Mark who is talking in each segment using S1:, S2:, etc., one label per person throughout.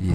S1: 以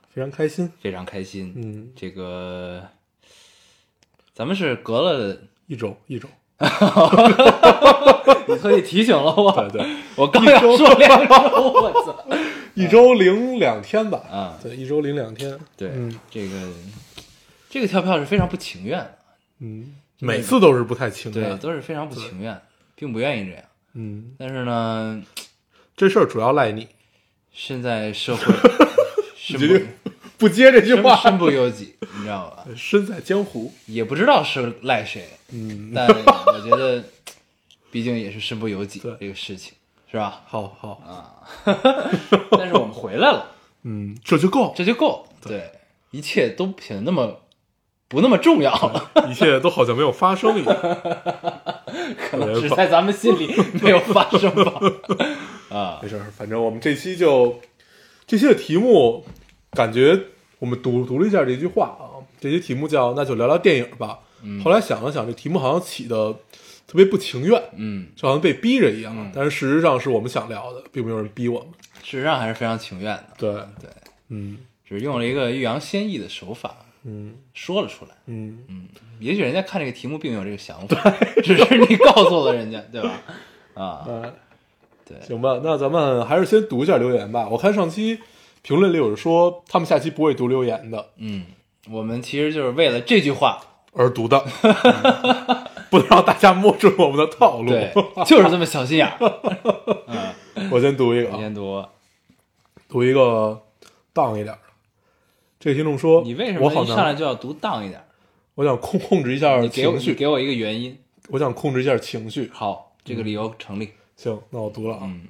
S2: 非常开心。
S3: 非常开心。
S2: 嗯，
S3: 这个咱们是隔了，
S2: 一周一周，
S3: 你特意提醒 了我。
S2: 对对，
S3: 我刚要说两周，我操！
S2: 一周零两天吧。
S3: 啊
S2: 对，一周零两天。
S3: 对，
S2: 嗯
S3: 这个这个跳票是非常不情愿的，
S2: 嗯，每次都是不太情
S3: 对，啊
S2: 愿。
S3: 都是非常不情愿，并不愿意这样。
S2: 嗯，
S3: 但是呢，
S2: 这事儿主要赖你，
S3: 现在社 会身
S2: 决定
S3: 不
S2: 不接这句
S3: 身
S2: 话。
S3: 身不由己，你知道吧？
S2: 身在江湖，
S3: 也不知道是赖谁，
S2: 嗯，
S3: 但我觉得，毕竟也是身不由己
S2: 对
S3: 这个事情，是吧？
S2: 好好，
S3: 但是我们回来了，
S2: 嗯，这就够，
S3: 这就够。对，一切都显得那么不那么重要了，
S2: 一切都好像没有发生一样。
S3: 可能只在咱们心 里没有发生吧。啊，
S2: 没事儿，反正我们这期就这期的题目，感觉我们读读了一下这句话啊，这期题目叫“那就聊聊电影吧”。后来想了想，这题目好像起的特别不情愿，
S3: 嗯，
S2: 就好像被逼着一样。
S3: 嗯
S2: 但是事实上是我们想聊的，并没有人逼我们。
S3: 事实上还是非常情愿的，
S2: 对
S3: 对，
S2: 嗯
S3: 只是用了一个欲扬先抑的手法
S2: 嗯
S3: 说了出来。
S2: 嗯，
S3: 嗯，也许人家看这个题目并没有这个想法， 只是你告诉了人家，对吧？啊，
S2: 哎，
S3: 对
S2: 行吧，那咱们还是先读一下留言吧。我看上期评论里有人说他们下期不会读留言的，
S3: 嗯，我们其实就是为了这句话
S2: 而读 的，嗯不能让大家摸准我们的套路。
S3: 对，就是这么小心眼儿。
S2: 我先读一个
S3: 每
S2: 啊，
S3: 天读，
S2: 读一个荡一点儿的。这个听众说：“
S3: 你为什
S2: 我
S3: 么
S2: 好
S3: 一上来
S2: 难？
S3: 就要读荡一点儿？
S2: 我想控控制一下
S3: 你给我
S2: 情
S3: 你
S2: 绪，
S3: 给我一个原因。
S2: 我想控制一下情绪。
S3: 好，这个理由成立。
S2: 行，那我读了啊，
S3: 嗯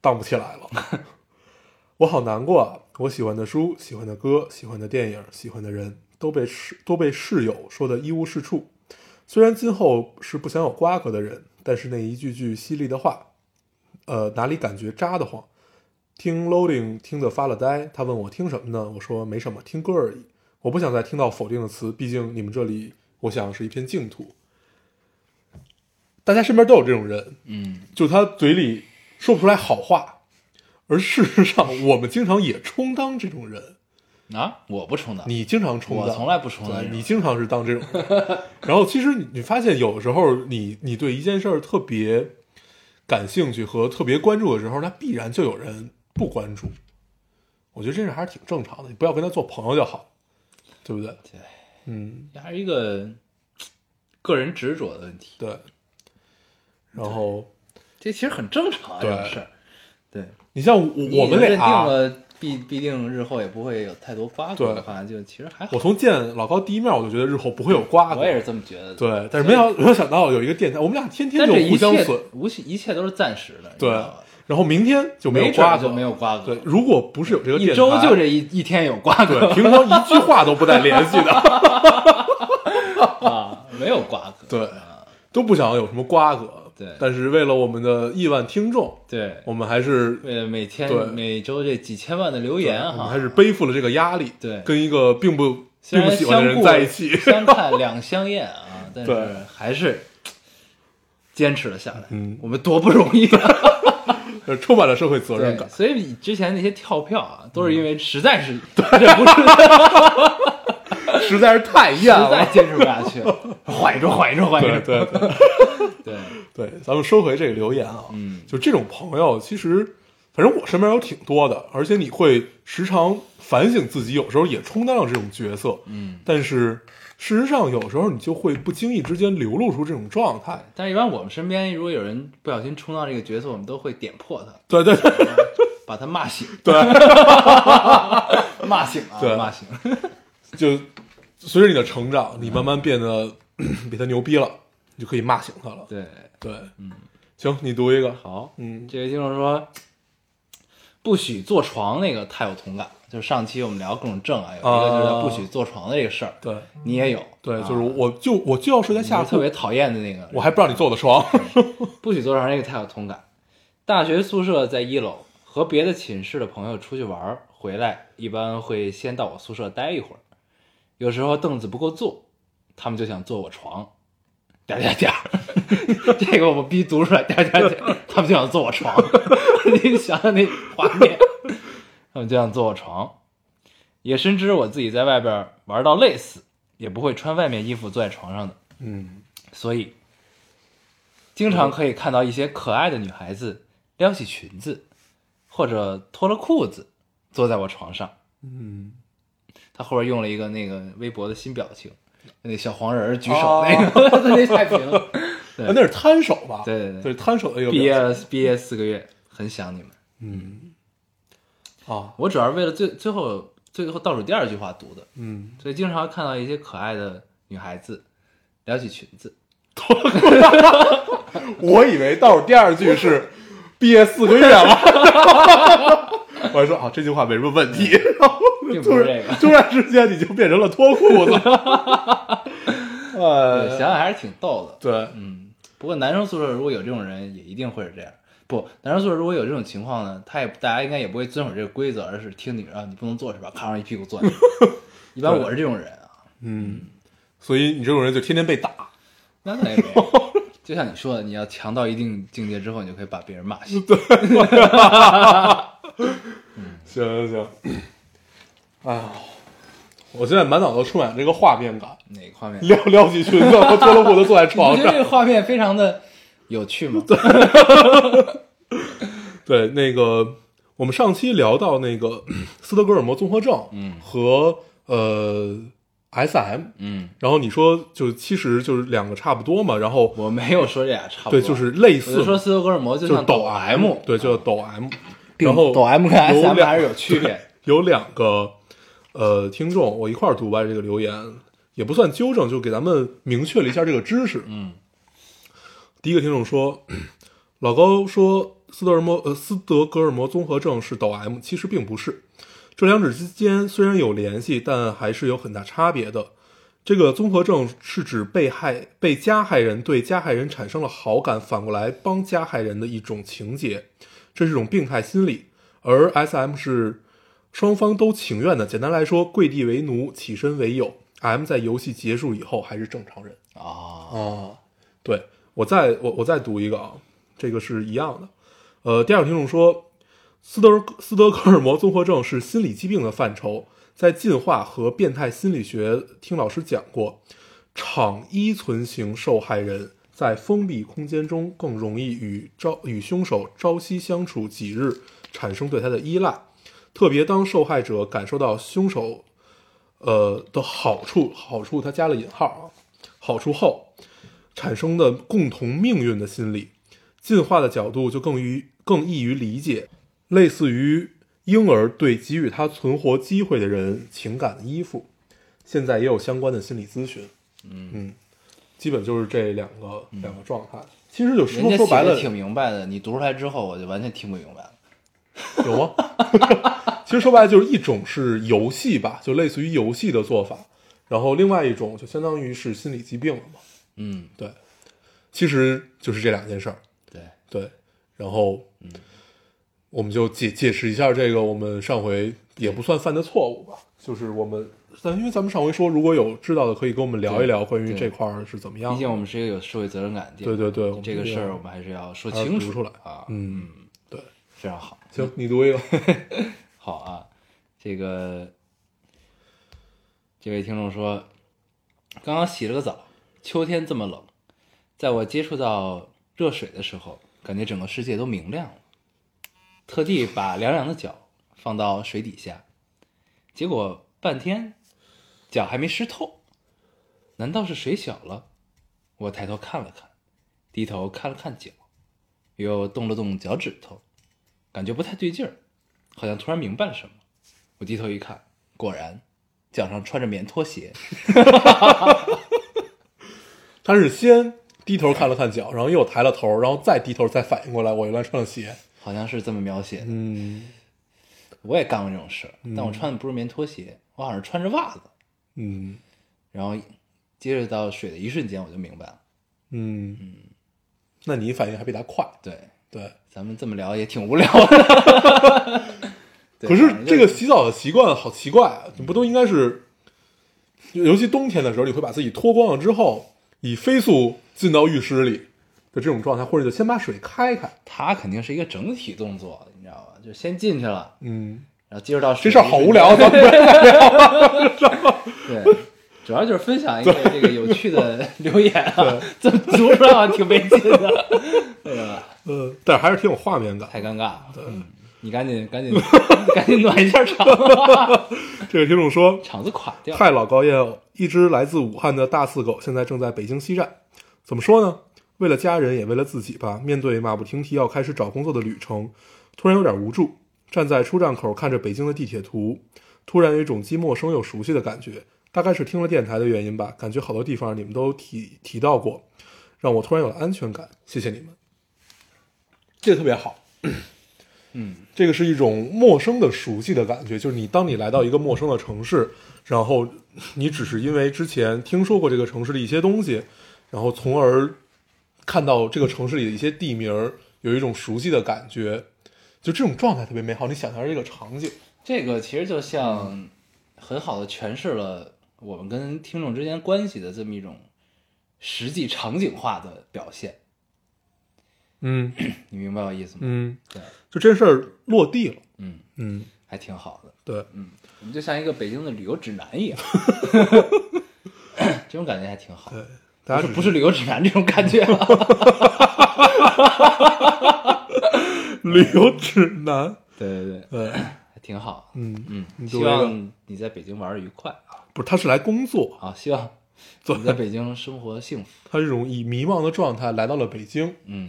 S2: 荡不起来了。 我好难过啊！我喜欢的书、喜欢的歌、喜欢的电影、喜欢的人都被室都被室友说的一无是处。虽然今后是不想有瓜葛的人，但是那一句句犀利的话，呃，哪里感觉扎得慌？听 Loading 听得发了呆，他问我听什么呢？我说没什么，听歌而已。我不想再听到否定的词，毕竟你们这里，我想是一片净土。大家身边都有这种人，
S3: 嗯，
S2: 就他嘴里说不出来好话，而事实上， 我们经常也充当这种人。
S3: 啊，我不充当，
S2: 你经常充当，
S3: 我从来不充当
S2: 对
S3: 这种
S2: 你经常是当这种人。 然后，其实你你发现，有时候你你对一件事儿特别感兴趣和特别关注的时候，那必然就有人不关注。我觉得这事还是挺正常的，你不要跟他做朋友就好，对不对？
S3: 对，
S2: 嗯，
S3: 还是一个嘖个人执着的问题，
S2: 对。然后，
S3: 这其实很正常啊，这
S2: 对
S3: 种事儿。对，
S2: 你像我
S3: 你已
S2: 我们
S3: 经认
S2: 俩
S3: 定了，必必定日后也不会有太多瓜葛
S2: 对
S3: 的话，就其实还好
S2: 我。从见老高第一面，我就觉得日后不会有瓜葛。
S3: 我也是这么觉得的。，
S2: 对，但是没想没有想到有一个电台，我们俩天天
S3: 但
S2: 就
S3: 这一
S2: 互相
S3: 切
S2: 损，
S3: 无一切都是暂时的，你知
S2: 对
S3: 道吧，
S2: 然后明天就没
S3: 没
S2: 有
S3: 准
S2: 瓜
S3: 儿
S2: 葛，
S3: 就没有瓜葛。
S2: 对，，如果不是有这个电
S3: 一
S2: 台，
S3: 周就这一一天有瓜葛，
S2: 对，平常一句话都不带联系的，
S3: 啊，没有瓜葛。
S2: 对
S3: 啊
S2: 都不想有什么瓜葛。
S3: 对
S2: 但是为了我们的亿万听众，
S3: 对，
S2: 我们还是
S3: 为了每
S2: 对
S3: 天每周这几千万的留
S2: 对
S3: 言
S2: 我们
S3: 哈，
S2: 还是背负了这个压力，
S3: 对
S2: 跟一个并不
S3: 虽
S2: 并不
S3: 然
S2: 喜欢的
S3: 相
S2: 人
S3: 顾
S2: 在一起，
S3: 相看两相厌啊，但是
S2: 对
S3: 还是坚持了下来。
S2: 嗯
S3: 我们多不容易啊！
S2: 呃充满了社会责任
S3: 对，
S2: 感。
S3: 所以你之前那些跳票啊，都是因为
S2: 嗯
S3: 实在是忍不住，实
S2: 实在是太 厌
S3: 在
S2: 了。
S3: 坚持不下去， 缓着缓着缓
S2: 对
S3: 着。
S2: 对对
S3: 对，
S2: 对，咱们收回这个留言啊，
S3: 嗯
S2: 就这种朋友，其实反正我身边有挺多的，而且你会时常反省自己，有时候也充当了这种角色，
S3: 嗯。
S2: 但是事实上有时候你就会不经意之间流露出这种状态，
S3: 但是，一般我们身边如果有人不小心冲到这个角色，我们都会点破他，
S2: 对对对，
S3: 把他骂醒，
S2: 对
S3: 骂醒啊，
S2: 对
S3: 骂醒。
S2: 就随着你的成长，你慢慢变得 比他牛逼了，你就可以骂醒他了。
S3: 对，
S2: 对，嗯，行，你读一个，
S3: 好，
S2: 嗯
S3: 这位听众说，不许坐床那个太有同感了，就是上期我们聊各种症啊，有一
S2: 啊
S3: 个就是他不许坐床的这个事儿，
S2: 对
S3: 你也有，
S2: 对，
S3: 啊
S2: 就是我就我就要睡在
S3: 你就
S2: 下
S3: 特
S2: 铺，
S3: 别讨厌的那个，
S2: 我还不让你坐我的床。
S3: 不许坐床这个太有同感。大学宿舍在一楼，和别的寝室的朋友出去玩儿回来，一般会先到我宿舍待一会儿。有时候凳子不够坐，他们就想坐我床，点儿点儿点儿， 这个我逼读出来，点儿 点儿点儿，他们就想坐我床。 你想想那画面，他们就想坐我床。也深知我自己在外边玩到累死，也不会穿外面衣服坐在床上的。
S2: 嗯，
S3: 所以经常可以看到一些可爱的女孩子撩起裙子，或者脱了裤子坐在我床上。
S2: 嗯，
S3: 他后边用了一个那个微博的新表情，那小黄人儿举
S2: 哦
S3: 手那个， 那太平 了。对
S2: 啊那是摊手吧？
S3: 对对对
S2: 对，摊手的一个
S3: 毕
S2: 表
S3: 业
S2: 情
S3: 了，毕业四个月，很想你们。
S2: 嗯，啊，
S3: 我主要是为了最最后最后倒数第二句话读的，
S2: 嗯，
S3: 所以经常看到一些可爱的女孩子撩起裙子，
S2: 我以为倒数第二句是毕业四个月了， 我还说啊，这句话没什么问题。然后
S3: 嗯并
S2: 突
S3: 不是
S2: 然
S3: 这个。
S2: 突然之间你就变成了脱 裤子，
S3: 对，想
S2: 呃，
S3: 想还是挺逗的。
S2: 对，
S3: 嗯，不过男生宿舍如果有这种人，也一定会是这样。不，男生宿舍如果有这种情况呢，他也大家应该也不会遵守这个规则，而是听你啊，你不能坐是吧？咔上一屁股坐下。一般我是这种人啊，
S2: 嗯，所以你这种人就天天被打，
S3: 那倒也没 有。就像你说的，你要强到一定境界之后，你就可以把别人骂醒。
S2: 行行行，哎呀，我现在满脑子充满这个画面感，
S3: 哪个画面？
S2: 撩撩起裙子，我脱了裤子坐在
S3: 我
S2: 床
S3: 觉得
S2: 上
S3: 这，个画面非常的有趣 嘛。
S2: 对，那个我们上期聊到那个斯德哥尔摩综合症，嗯，和呃 S M，
S3: 嗯，
S2: 然后你说就是其实就是两个差不多嘛，然后
S3: 我没有说这俩差不多。
S2: 对就是类
S3: 我就说
S2: 似嘛，
S3: 斯德哥尔摩就
S2: 就
S3: 像
S2: 是抖
S3: M，
S2: 对，就是抖 M，
S3: 并
S2: 然后
S3: 抖 M 跟
S2: 有
S3: SM
S2: 两
S3: 还是有区别。
S2: 有两个呃听众，我一块儿读吧这个留言，也不算纠正，就给咱们明确了一下这个知识。
S3: 嗯，
S2: 第一个听众说，老高说斯德尔摩呃斯德哥尔摩综合症是抖 M，其实并不是，这两者之间虽然有联系，但还是有很大差别的。这个综合症是指被害被加害人对加害人产生了好感，反过来帮加害人的一种情节，这是一种病态心理。而 S.M 是双方都情愿的，简单来说，跪地为奴，起身为友。M 在游戏结束以后还是正常人。
S3: 啊，
S2: 哦，对我再我我再读一个啊，这个是一样的。呃，第二个听众说，斯德斯德哥尔摩综合症是心理疾病的范畴，在进化和变态心理学听老师讲过，场依存型受害人在封闭空间中更容易与朝与凶手朝夕相处几日，产生对他的依赖。特别当受害者感受到凶手，呃的好处，好处他加了引号啊，好处后，产生的共同命运的心理，进化的角度就更于更易于理解，类似于婴儿对给予他存活机会的人情感的依附。现在也有相关的心理咨询，嗯基本就是这两个、两个状态。其实就
S3: 嗯人
S2: 说
S3: 家
S2: 说白
S3: 写的
S2: 了，
S3: 挺明白的，你读出来之后，我就完全听不明白了。
S2: 有吗？ 其实说白了就是一种是游戏吧，就类似于游戏的做法，然后另外一种就相当于是心理疾病了嘛。
S3: 嗯，
S2: 对，其实就是这两件事儿。
S3: 对，
S2: 对，然后，我们就解解释一下这个我们上回也不算犯的错误吧，就是我们，但因为咱们上回说如果有知道的可以跟我们聊一聊关于这块儿是怎么样
S3: 毕
S2: 的
S3: 竟我们是一个有社会责任感的地
S2: 对
S3: 方。
S2: 对对，我们
S3: 这个
S2: 定
S3: 事
S2: 要
S3: 儿我们还是要说
S2: 还是
S3: 清
S2: 读
S3: 楚
S2: 出来
S3: 啊，
S2: 嗯，对，
S3: 非常好，
S2: 行，你读一个，
S3: 好啊。这个这位听众说，刚刚洗了个澡，秋天这么冷，在我接触到热水的时候，感觉整个世界都明亮了，特地把凉凉的脚放到水底下，结果半天脚还没湿透，难道是水小了？我抬头看了看，低头看了看脚，又动了动脚趾头，感觉不太对劲儿，好像突然明白了什么。我低头一看，果然脚上穿着棉拖鞋。
S2: 他是先低头看了看脚，然后又抬了头，然后再低头再反应过来，我原来穿了鞋，
S3: 好像是这么描写的。
S2: 嗯，
S3: 我也干过这种事儿，但我穿的不是棉拖鞋，我好像是穿着袜子。
S2: 嗯
S3: 然后接着到水的一瞬间，我就明白了。
S2: 嗯，那你反应还比他快，
S3: 对，
S2: 对。
S3: 咱们这么聊也挺无聊的。 对反
S2: 可是
S3: 正就
S2: 这个洗澡的习惯好奇怪啊，你不都应该是，尤其冬天的时候，你会把自己脱光了之后，以飞速进到浴室里的这种状态，或者就先把水开开。
S3: 它肯定是一个整体动作，你知道吧？就先进去了，
S2: 嗯，
S3: 然后接着到
S2: 这
S3: 水
S2: 事儿
S3: 的一
S2: 好
S3: 瞬
S2: 无
S3: 间
S2: 聊，啊咱们
S3: 对，主要就是分享一个这个有趣 的留言啊，这么读出来好像挺没劲的， 对吧？
S2: 呃，但是还是挺有画面感。
S3: 太尴尬了。嗯，你赶紧赶紧赶紧暖一 下场，
S2: 这个听众说，
S3: 场子垮掉。
S2: 嗨，老高燕友，一只来自武汉的大四狗现在正在北京西站。怎么说呢？为了家人也为了自己吧，面对马不停蹄要开始找工作的旅程，突然有点无助。站在出站口看着北京的地铁图，突然有一种既陌生又熟悉的感觉。大概是听了电台的原因吧，感觉好多地方你们都提提到过，让我突然有了安全感。谢谢你们，这个特别好。这个是一种陌生的熟悉的感觉，就是你当你来到一个陌生的城市，然后你只是因为之前听说过这个城市的一些东西，然后从而看到这个城市里的一些地名儿，有一种熟悉的感觉，就这种状态特别美好。你想象这个场景，
S3: 这个其实就像很好的诠释了我们跟听众之间关系的这么一种实际场景化的表现，
S2: 嗯
S3: 你明白我意思吗？
S2: 嗯
S3: 对，
S2: 就这事儿落地了，
S3: 嗯，
S2: 嗯，
S3: 还挺好的。
S2: 对，
S3: 嗯，我们就像一个北京的旅游指南一样， 这种感觉还挺好。
S2: 对大家
S3: 不
S2: 只
S3: 是不是旅游指南这种感觉啊 了。
S2: 旅游指南，
S3: 对对对，
S2: 对，
S3: 还挺好。
S2: 嗯
S3: 嗯，
S2: 你
S3: 希
S2: 读一个
S3: 望你在北京玩的愉快啊
S2: 不是，他是来工作，
S3: 啊！希 望
S2: 对
S3: 你在北京生活幸福。
S2: 他这种以迷茫的状态来到了北京，
S3: 嗯，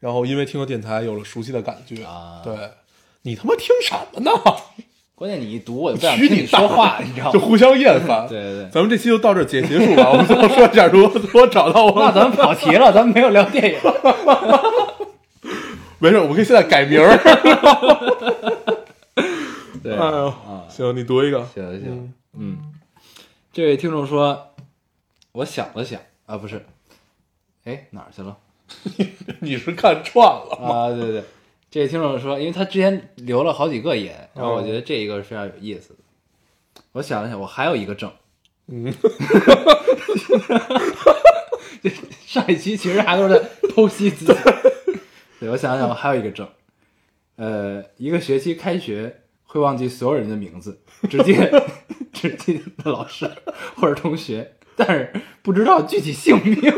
S2: 然后因为听了电台有了熟悉的感觉
S3: 啊
S2: 对你他妈听什么 呢？
S3: 关键你一读我就不想
S2: 虚
S3: 听你
S2: 大
S3: 说话，你知道
S2: 就
S3: 吗？
S2: 互相厌 烦。
S3: 对对对
S2: 咱们这期就到这儿结结束吧。我们最后说一下如何如何找到我。
S3: 那咱们跑题了，咱们没有聊电影。
S2: 没事，我们可以现在改名儿。
S3: 对，
S2: 哎呦，行，你读一个。
S3: 行行，嗯，这位听众说，我想了想啊，不是，哎，哪儿去了？
S2: 你是看串了？
S3: 啊，对对，这位听众说，因为他之前留了好几个言，然后我觉得这一个是非常有意思的。我想了想，我还有一个证，
S2: 嗯，
S3: 上一期其实还都是在剖析自己。对，我想了想，我还有一个证，呃，一个学期开学会忘记所有人的名字，只记只记得老师或者同学，但是不知道具体姓名。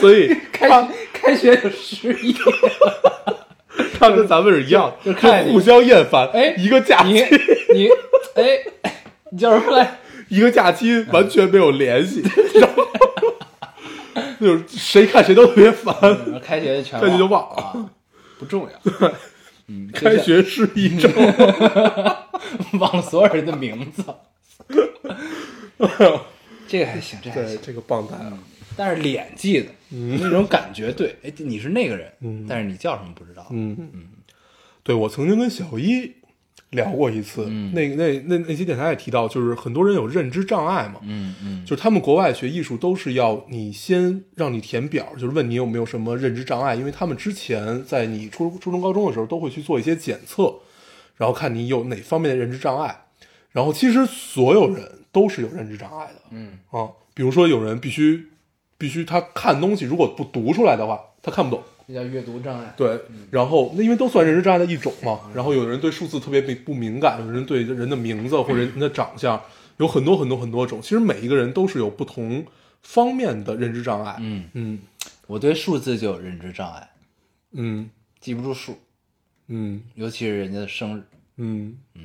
S2: 所 以
S3: 开
S2: 他
S3: 开学就失忆。
S2: 他跟咱们是一样，
S3: 就就看你
S2: 互相厌烦。
S3: 哎
S2: 一个假
S3: 你
S2: 期，
S3: 你哎，你叫什么来？
S2: 一个假期完全没有联 系，然后就是谁看谁都特别烦。
S3: 然后开学就全
S2: 开学就忘了
S3: 啊，不重要。嗯，就
S2: 开
S3: 像
S2: 学是一 周，
S3: 忘了所有人的名 字。这个还行，这还
S2: 对
S3: 行，
S2: 这个棒呆了。
S3: 但是脸记得，那种感觉对。哎，你是那个人，
S2: 嗯
S3: 但是你叫什么不知道。
S2: 嗯，嗯，对我曾经跟小一聊过一次，
S3: 嗯
S2: 那那那那期电台也提到，就是很多人有认知障碍嘛，
S3: 嗯嗯，
S2: 就是他们国外学艺术都是要你先让你填表，就是问你有没有什么认知障碍，因为他们之前在你初初中高中的时候都会去做一些检测，然后看你有哪方面的认知障碍，然后其实所有人都是有认知障碍的，
S3: 嗯
S2: 啊，比如说有人必须必须他看东西如果不读出来的话，他看不懂。
S3: 这叫阅读障碍。
S2: 对，然后那因为都算认知障碍的一种嘛，然后有的人对数字特别不不敏感，有人对人的名字或者人的长相，有很多很多很多种。其实每一个人都是有不同方面的认知障碍。
S3: 嗯，
S2: 嗯
S3: 我对数字就有认知障碍，
S2: 嗯
S3: 记不住数，
S2: 嗯
S3: 尤其是人家的生日。
S2: 嗯嗯，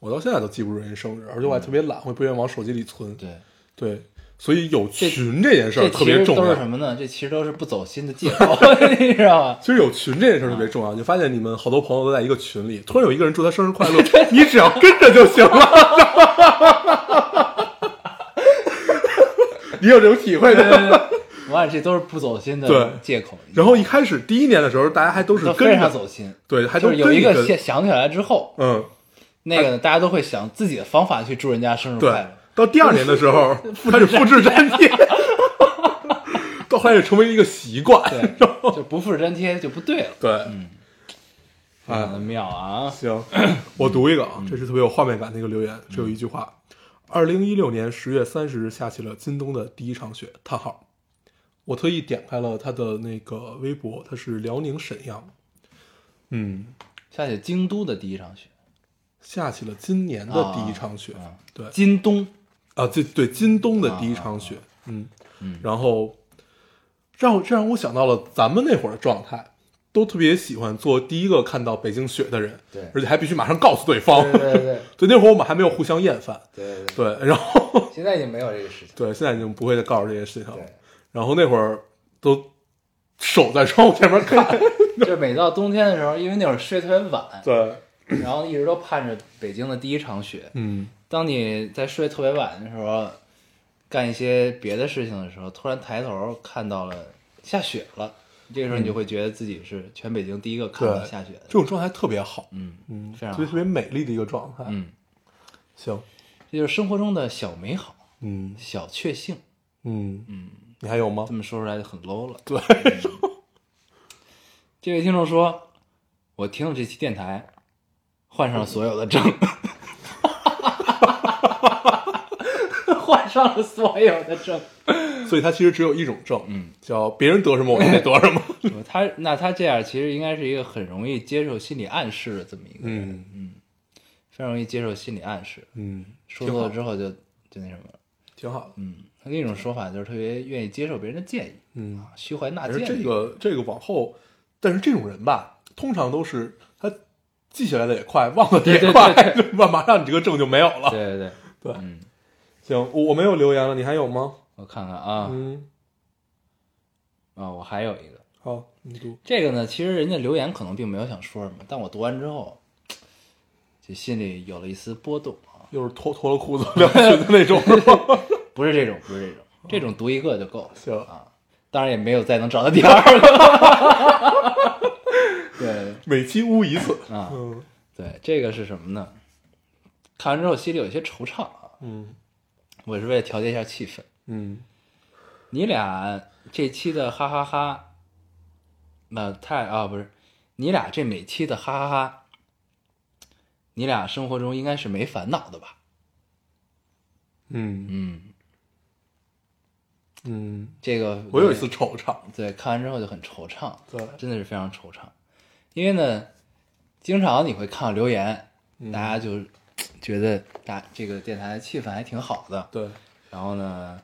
S2: 我到现在都记不住人生日，而且我还特别懒，会不愿意往手机里存。
S3: 嗯对，
S2: 对，所以有群这件事儿
S3: 这
S2: 特
S3: 其
S2: 别
S3: 实
S2: 重
S3: 都是
S2: 要
S3: 什。么呢？这其实都是不走心的借口， 你知道吗？
S2: 其实有群这件事儿特别重要，你发现你们好多朋友都在一个群
S3: 嗯
S2: 里，突然有一个人祝他生日快 乐，你只要跟着就行了。 你有这种体会
S3: 对
S2: 吗？
S3: 对对我感觉这都是不走心的
S2: 对
S3: 借口。
S2: 然后一开始第一年的时候，大家还都是
S3: 都非
S2: 跟
S3: 常
S2: 着
S3: 走，心，
S2: 对，还都
S3: 就是
S2: 跟
S3: 有一
S2: 着
S3: 个想想起来之后，
S2: 嗯，
S3: 那个呢，大家都会想自己的方法去祝人家生日快
S2: 对
S3: 乐。。
S2: 到第二年的时候，开始复制粘贴， 到后来也成为一个习惯。
S3: 对，就不复制粘贴就不对了，
S2: 对，
S3: 非常的妙啊！
S2: 行， 我读一个啊，这是特别有画面感的一个留言，只有一句话：二零一六年十月三十日下起了今冬的第一场雪。叹号，我特意点开了他的那个微博，他是辽宁沈阳，嗯，
S3: 下起京都的第一场雪，
S2: 下起了今年的第一场雪，
S3: 啊
S2: 对
S3: 今冬
S2: 啊，这对今
S3: 啊
S2: 冬的第一场雪，嗯
S3: 嗯
S2: 然后让我这让我想到了咱们那会儿的状态。都特别喜欢做第一个看到北京雪的人，
S3: 对
S2: 而且还必须马上告诉对方。
S3: 对
S2: 对，那会儿我们还没有互相厌烦，
S3: 对对，
S2: 对，然后。
S3: 现在已经没有这个事情
S2: 对，现在已经不会再告诉这些事情了。然后那会儿都守在窗户前面 看，
S3: 就每到冬天的时候，因为那会儿睡特别晚，
S2: 对，
S3: 然后一直都盼着北京的第一场雪。
S2: 嗯，
S3: 当你在睡特别晚的时候，干一些别的事情的时候，突然抬头看到了下雪了，这个时候你就会觉得自己是全北京第一个看到
S2: 嗯对，
S3: 下雪的
S2: 这。种状态特别好，
S3: 嗯，
S2: 嗯，
S3: 非常好
S2: 特别特别美丽的一个状态，
S3: 嗯，
S2: 行，
S3: 这就是生活中的小美好、
S2: 嗯
S3: 小确幸。
S2: 嗯嗯，你还有吗
S3: 这？么说出来就很 low 了。嗯
S2: 对，
S3: 这位听众说：“我听了这期电台，患上了所有的 症，患上了所有的症。
S2: 所以它其实只有一种症，
S3: 嗯，
S2: 叫别人得什么我就得得什么，
S3: 我他那他这样其实应该是一个很容易接受心理暗示的这么一个人，
S2: 嗯
S3: 非常容易接受心理暗示。
S2: 嗯，
S3: 说
S2: 挺
S3: 多
S2: 好
S3: 了，之后就就那什么了。
S2: 挺好的。
S3: 嗯，他另一种说法就是特别愿意接受别人的建议，
S2: 嗯
S3: 啊，虚怀纳
S2: 反正
S3: 谏。
S2: 这个这个往后，但是这种人吧，通常都是他记起来的也快，忘了的也
S3: 对对
S2: 快，
S3: 对对
S2: 就马马上你这个证就没有了。
S3: 对对对，
S2: 对
S3: 嗯，
S2: 行，我我没有留言了，你还有吗？
S3: 我看看啊
S2: 嗯，
S3: 啊，我还有一个，
S2: 好，你读。
S3: 这个呢，其实人家留言可能并没有想说什么，但我读完之后，就心里有了一丝波动啊。
S2: 又是脱脱了裤子聊裙子那 种是吧？
S3: 不是这种，不是这种，这种读一个就够了。
S2: 行
S3: 啊，当然也没有再能找到第二个。 对
S2: 每期污一次。
S3: 啊，
S2: 嗯
S3: 对，这个是什么呢？看完之后心里有些惆怅啊，
S2: 嗯
S3: 我是为了调节一下气氛。
S2: 嗯
S3: 你俩这期的哈哈哈那太啊不是，你俩这每期的哈哈哈，你俩生活中应该是没烦恼的吧？
S2: 嗯
S3: 嗯，
S2: 嗯，
S3: 这个
S2: 我有一次惆怅。
S3: 对看完之后就很惆怅，
S2: 对，
S3: 真的是非常惆怅，因为呢，经常你会看到留言，
S2: 嗯
S3: 大家就觉得大这个电台气氛还挺好的，
S2: 对，
S3: 然后呢，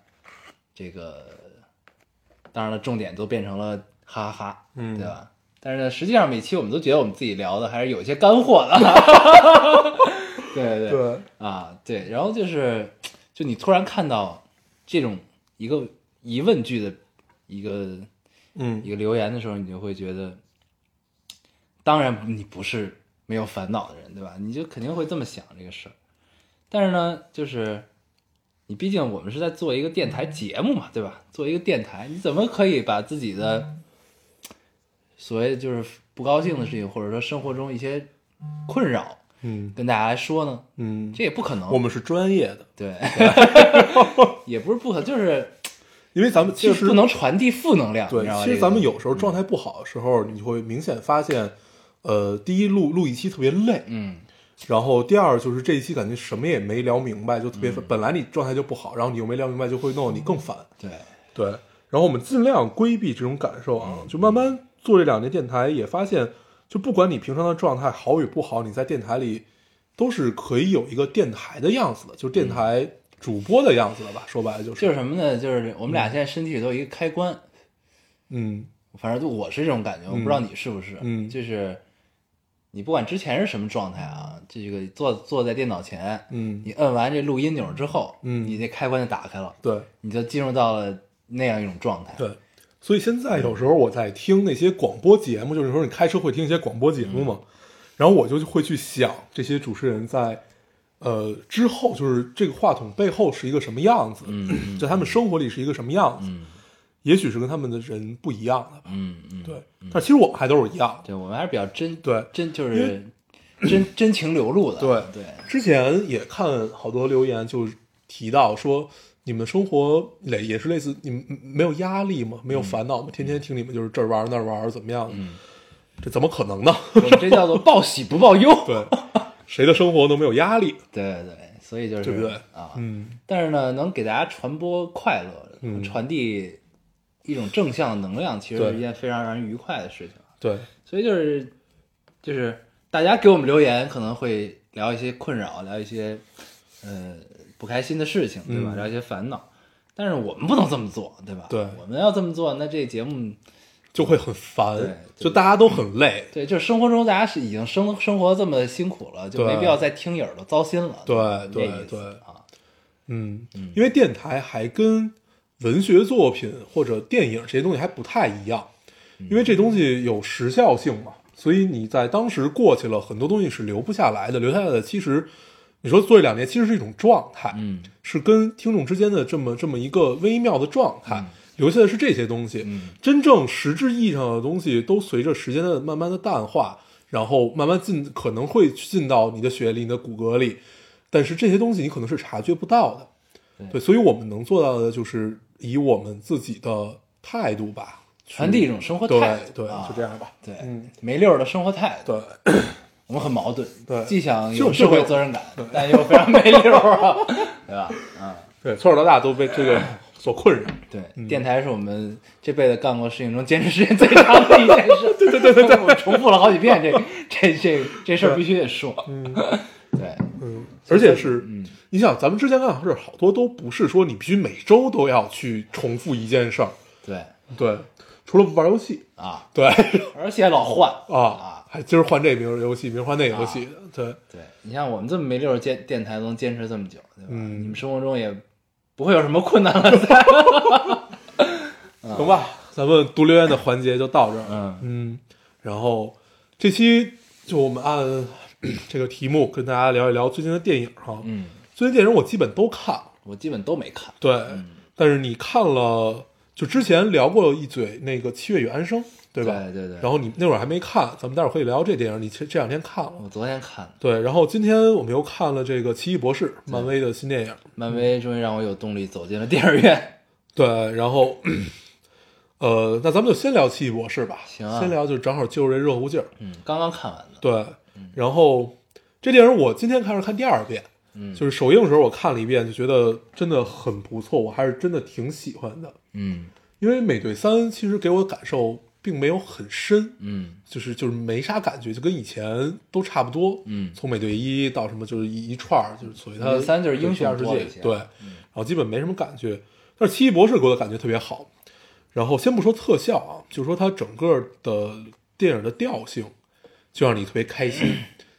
S3: 这个当然了，重点都变成了哈哈哈，
S2: 嗯
S3: 对啊吧？但是呢，实际上每期我们都觉得我们自己聊的还是有一些干货的，对对
S2: 对
S3: 啊对，然后就是就你突然看到这种一个疑问句的一个
S2: 嗯
S3: 一个留言的时候，你就会觉得，当然你不是没有烦恼的人，对吧？你就肯定会这么想这个事儿。但是呢，就是你毕竟我们是在做一个电台节目嘛，对吧？做一个电台，你怎么可以把自己的所谓就是不高兴的事情，或者说生活中一些困扰，
S2: 嗯
S3: 跟大家来说呢？
S2: 嗯，
S3: 这也不可能。
S2: 我们是专业的，
S3: 对， 也不是不可，就是
S2: 因为咱们其
S3: 就
S2: 实
S3: 是不能传递负能量，你
S2: 对
S3: 知道，吧
S2: 其
S3: 这
S2: 实
S3: 个
S2: 咱
S3: 东
S2: 们
S3: 西
S2: 有时候状态不好的时候，你会明显发现，呃，第一录录一期特别累，
S3: 嗯。
S2: 然后第二就是这一期感觉什么也没聊明白，就特别
S3: 嗯
S2: 烦本来你状态就不好，然后你又没聊明白，就会弄得你更烦。
S3: 对，
S2: 对，然后我们尽量规避这种感受啊，就慢慢做这两年电台，也发现，就不管你平常的状态好与不好，你在电台里都是可以有一个电台的样子的，就是电台主播的样子的吧。说白了就是，
S3: 就是什么呢？就是我们俩现在身体里都有一个开关，
S2: 嗯
S3: 反正就我是这种感觉，我不知道你是不是。
S2: 嗯
S3: 就是你不管之前是什么状态啊，这个坐坐在电脑前，
S2: 嗯，
S3: 你摁完这录音钮之后，
S2: 嗯
S3: 你这开关就打开了，
S2: 对
S3: 你就进入到了那样一种状态。，
S2: 对。所以现在有时候我在听那些广播节目，就是说你开车会听一些广播节目嘛，然后我就会去想这些主持人在，呃，之后就是这个话筒背后是一个什么样子，
S3: 嗯
S2: 就他们生活里是一个什么样子，
S3: 嗯
S2: 也许是跟他们的人不一样的吧。
S3: 嗯嗯，
S2: 对，但其实我们还都是一样的。
S3: 对，我们还是比较真，
S2: 对
S3: 真就
S2: 因
S3: 是真真情流露的，
S2: 对
S3: 对，
S2: 之前也看好多留言就提到说，你们生活类也是类似，你们没有压力吗？没有
S3: 嗯
S2: 烦恼吗？天天听你们就是这儿玩儿那儿玩儿，怎么样？这怎么可能呢？
S3: 我们这叫做报喜不报忧，
S2: 对，谁的生活都没有压力？
S3: 对对对，所以就是
S2: 对不对
S3: 啊，
S2: 嗯，
S3: 但是呢，能给大家传播快乐，
S2: 嗯
S3: 传递一种正向能量，其实
S2: 对
S3: 是一件非常让人愉快的事情。
S2: 对，
S3: 所以就是就是大家给我们留言，可能会聊一些困扰，聊一些呃不开心的事情，对吧？
S2: 嗯
S3: 聊一些烦恼。但是我们不能这么做，对吧？
S2: 对
S3: 我们要这么做，那这节目
S2: 就会很烦
S3: 对，
S2: 就大家都很累。
S3: 对，就是生活中大家是已经生生活这么辛苦了，就
S2: 对
S3: 没必要再听耳朵糟心了。
S2: 对
S3: 吧
S2: 对
S3: 这意思
S2: 对
S3: 啊，
S2: 嗯，因为电台还跟文学作品或者电影这些东西还不太一样，因为这东西有时效性嘛，所以你在当时过去了很多东西是留不下来的，留下来的其实你说做一两年其实是一种状态，
S3: 嗯
S2: 是跟听众之间的这么这么一个微妙的状态，
S3: 嗯
S2: 留下的是这些东西。
S3: 嗯
S2: 真正实质意义上的东西，都随着时间的慢慢的淡化，然后慢慢进，可能会进到你的血液里、你的骨骼里，但是这些东西你可能是察觉不到的。
S3: 对
S2: 对，所以我们能做到的就是以我们自己的态度吧，去
S3: 传递一种生活
S2: 对
S3: 态度，
S2: 对，
S3: 啊
S2: 就这样吧。
S3: 对，
S2: 嗯
S3: 没溜儿的生活态度，
S2: 对，
S3: 我们很矛盾，
S2: 对
S3: 既想有
S2: 就是
S3: 社会
S2: 会
S3: 责任感，但又非常没溜儿啊， 对吧？啊，
S2: 对，从小到大都被这个所困扰。
S3: 对，电台是我们这辈子干过事情中坚持时间最长的一件 事，对对对对对，我们重复了好几遍这这这这事儿必须得说，对，
S2: 嗯，而且是，你想，咱们之前干的事儿好多都不是说你必须每周都要去重复一件事儿，
S3: 对
S2: 对，除了玩游戏，
S3: 啊，
S2: 对
S3: 而且老换
S2: 啊，还今儿换这名儿游戏，明儿换那游戏，对
S3: 对你像我们这么没溜儿坚电台能坚持这么久，对吧？
S2: 嗯
S3: 你们生活中也不会有什么困难了，
S2: 行吧，咱们读留言的环节就到这儿。
S3: 嗯，
S2: 嗯，然后这期就我们按 这个题目跟大家聊一聊最近的电影哈。
S3: 嗯，
S2: 最近电影我基本都看了，
S3: 我基本都没看，
S2: 对，但是你看了，就之前聊过一嘴那个《七月与安生》，对吧？
S3: 对对对
S2: 然后你那会儿还没看，咱们待会儿可以聊这电影。你这这两天看了，
S3: 我昨天看的，
S2: 对。然后今天我们又看了这个《奇异博士》，
S3: 嗯
S2: 漫威的新电影。
S3: 漫威终于让我有动力走进了电影院。
S2: 对，然后， 呃，那咱们就先聊奇异博士吧。
S3: 行啊
S2: 先聊就正好就这热乎劲儿。
S3: 嗯，刚刚看完的。
S2: 对，然后这电影我今天开始看第二遍，
S3: 嗯
S2: 就是首映的时候我看了一遍，就觉得真的很不错，我还是真的挺喜欢的。
S3: 嗯
S2: 因为美队三其实给我的感受并没有很深，
S3: 嗯
S2: 就是就是没啥感觉，就跟以前都差不多。
S3: 嗯
S2: 从美队一到什么就是一一串儿，就是所谓它
S3: 美队三就是英雄
S2: 二世
S3: 多了一
S2: 界
S3: 些嗯
S2: 对，然后基本没什么感觉。但是奇异博士给我的感觉特别好。然后先不说特效啊，就说它整个的电影的调性，就让你特别开心。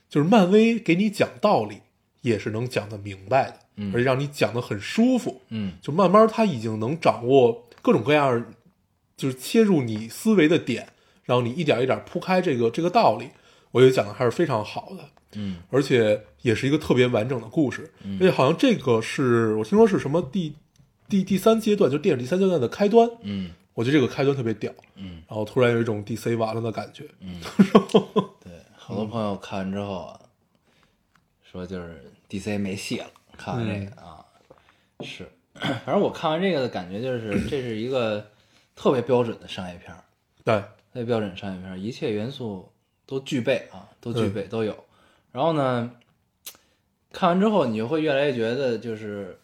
S2: 就是漫威给你讲道理，也是能讲得明白的，而且让你讲得很舒服。
S3: 嗯
S2: 就慢慢他已经能掌握各种各样儿，就是切入你思维的点，然后你一点一点铺开这个这个道理，我觉得讲的还是非常好的，
S3: 嗯，
S2: 而且也是一个特别完整的故事，而且好像这个是我听说是什么第第第三阶段，就电影第三阶段的开端，
S3: 嗯，
S2: 我觉得这个开端特别屌，
S3: 嗯，
S2: 然后突然有一种 DC 完了的感觉，
S3: 对，好多朋友看完之后啊，说就是 DC 没戏了，看完这个啊，是， 反正我看完这个的感觉就是，这是一个特别标准的商业片儿，
S2: 对，
S3: 特别标准商业片儿，一切元素都具备啊，都具备都有。然后呢，看完之后你就会越来越觉得就是，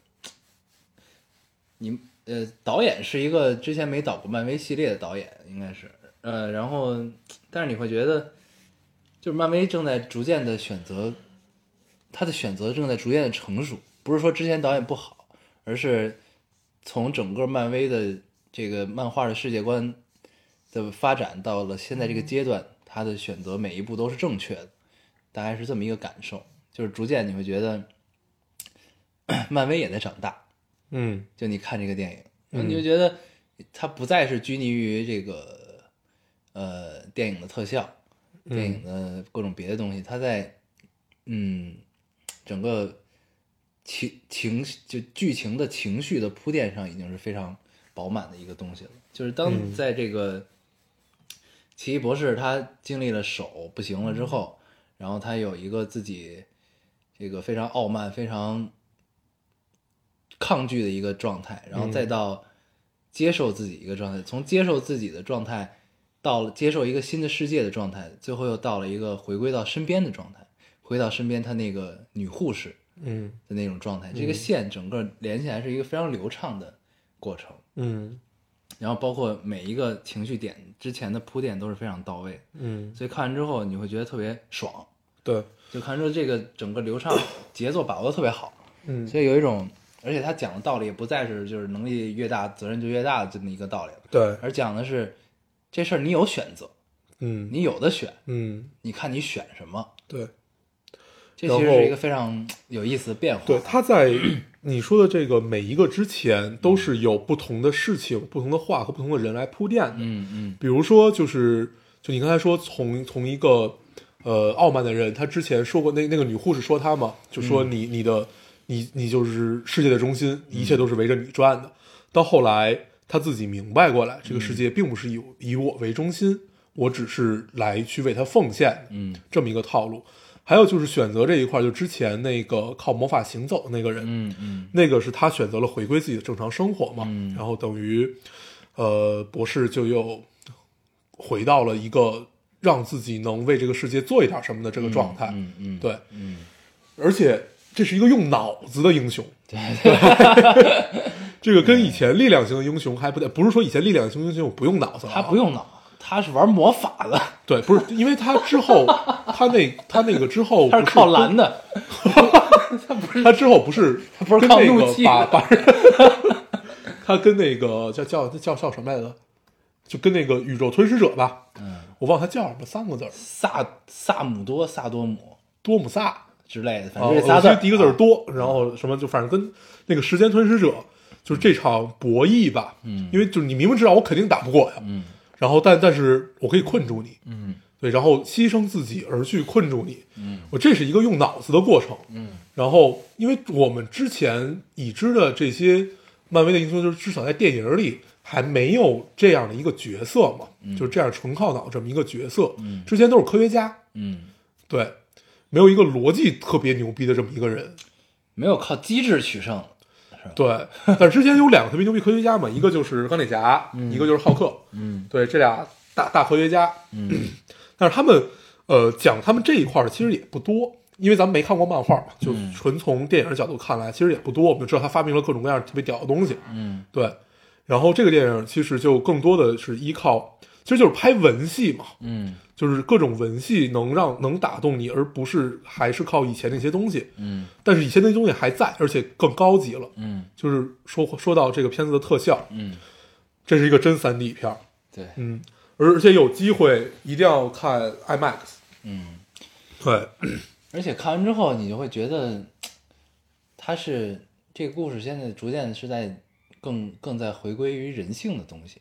S3: 你呃，导演是一个之前没导过漫威系列的导演，应该是呃，然后但是你会觉得，就是漫威正在逐渐的选择，他的选择正在逐渐的成熟，不是说之前导演不好，而是从整个漫威的这个漫画的世界观的发展到了现在这个阶段，他的选择每一步都是正确的，大概是这么一个感受。就是逐渐你会觉得， 漫威也在长大。
S2: 嗯
S3: 就你看这个电影，然后你就觉得它不再是拘泥于这个呃电影的特效、电影的各种别的东西，它在嗯整个情情就剧情的情绪的铺垫上已经是非常饱满的一个东西了。就是当
S2: 嗯
S3: 在这个奇异博士他经历了手不行了之后，然后他有一个自己这个非常傲慢、非常抗拒的一个状态，然后再到接受自己一个状态，从接受自己的状态到了接受一个新的世界的状态，最后又到了一个回归到身边的状态，回到身边他那个女护士
S2: 嗯
S3: 的那种状态。这个线整个连起来是一个非常流畅的过程，
S2: 嗯
S3: 然后包括每一个情绪点之前的铺垫都是非常到位的，
S2: 嗯，
S3: 所以看完之后你会觉得特别爽，
S2: 对，
S3: 就看出这个整个流畅节奏把握的特别好，
S2: 嗯
S3: 所以有一种，而且他讲的道理也不再是就是能力越大责任就越大的这么一个道理了，
S2: 对，
S3: 而讲的是这事儿你有选择，
S2: 嗯
S3: 你有的选，
S2: 嗯
S3: 你看你选什么，
S2: 对
S3: 这
S2: 然
S3: 其
S2: 后
S3: 实是一个非常有意思的变化。
S2: 对，他在你说的这个每一个之前都是有不同的事情、不同的话和不同的人来铺垫的，
S3: 嗯嗯
S2: 比如说，就是就你刚才说从从一个呃傲慢的人，他之前说过那那个女护士说他嘛，就说
S3: 嗯
S2: 你、你的你你就是世界的中心，一切都是围着你转的。到后来他自己明白过来，
S3: 嗯
S2: 这个世界并不是以我以我为中心，我只是来去为他奉献的
S3: 嗯
S2: 这么一个套路。还有就是选择这一块儿，就之前那个靠魔法行走的那个人，
S3: 嗯嗯
S2: 那个是他选择了回归自己的正常生活嘛，然后等于，呃，博士就又回到了一个让自己能为这个世界做一点什么的这个状态，
S3: 嗯嗯，
S2: 对，
S3: 嗯，
S2: 而且这是一个用脑子的英雄，对， 这个跟以前力量型的英雄还不太，不是说以前力量型英雄不用脑子了
S3: 他
S2: 啊，
S3: 不用脑，他是玩魔法 的，
S2: 对，不是因为他之后他那他那个之后
S3: 他是
S2: 不
S3: 靠
S2: 跟
S3: 蓝的，
S2: 他之后不是
S3: 他不是
S2: 跟
S3: 靠
S2: 那
S3: 怒
S2: 个
S3: 气
S2: 把
S3: 的
S2: 把， 他跟那个叫叫叫叫什么来着？就跟那个宇宙吞噬者吧，
S3: 嗯，
S2: 我忘了他叫什么，三个字儿，
S3: 萨萨姆多、萨多姆
S2: 多姆萨，
S3: 之类的，反
S2: 啊，
S3: 正
S2: 我
S3: 这仨
S2: 记
S3: 字
S2: 得
S3: 儿，
S2: 第一个字儿多，然后什么就反正跟那个时间吞噬者，就是这场博弈吧，嗯，因为就是你明明知道我肯定打不过呀，
S3: 嗯
S2: 然后但但是我可以困住你，
S3: 嗯
S2: 对，然后牺牲自己而去困住你。嗯，我这是一个用脑子的过程。嗯，然后因为我们之前已知的这些漫威的英雄，就是至少在电影里还没有这样的一个角色嘛，
S3: 嗯
S2: 就是这样纯靠脑这么一个角色。嗯，之前都是科学家，
S3: 嗯，
S2: 对，没有一个逻辑特别牛逼的这么一个人。
S3: 没有靠机智取胜，哎
S2: 对，但之前有两个特别牛逼科学家嘛，一个就是钢铁侠，一个就是浩克。
S3: 嗯，
S2: 对，这俩大大科学家。嗯， 但是他们呃讲他们这一块儿其实也不多，因为咱们没看过漫画嘛，就
S3: 嗯
S2: 纯从电影角度看来，其实也不多。我们就知道他发明了各种各样特别屌的东西。
S3: 嗯
S2: 对，然后这个电影其实就更多的是依靠，其实就是拍文戏嘛，
S3: 嗯
S2: 就是各种文戏能让能打动你，而不是还是靠以前那些东西。
S3: 嗯
S2: 但是以前那些东西还在，而且更高级了。
S3: 嗯
S2: 就是说说到这个片子的特效，
S3: 嗯，
S2: 这是一个真3 D 片儿，
S3: 对，
S2: 嗯，而而且有机会一定要看 IMAX，
S3: 嗯，
S2: 对，
S3: 而且看完之后你就会觉得，他是这个故事现在逐渐是在更更在回归于人性的东西，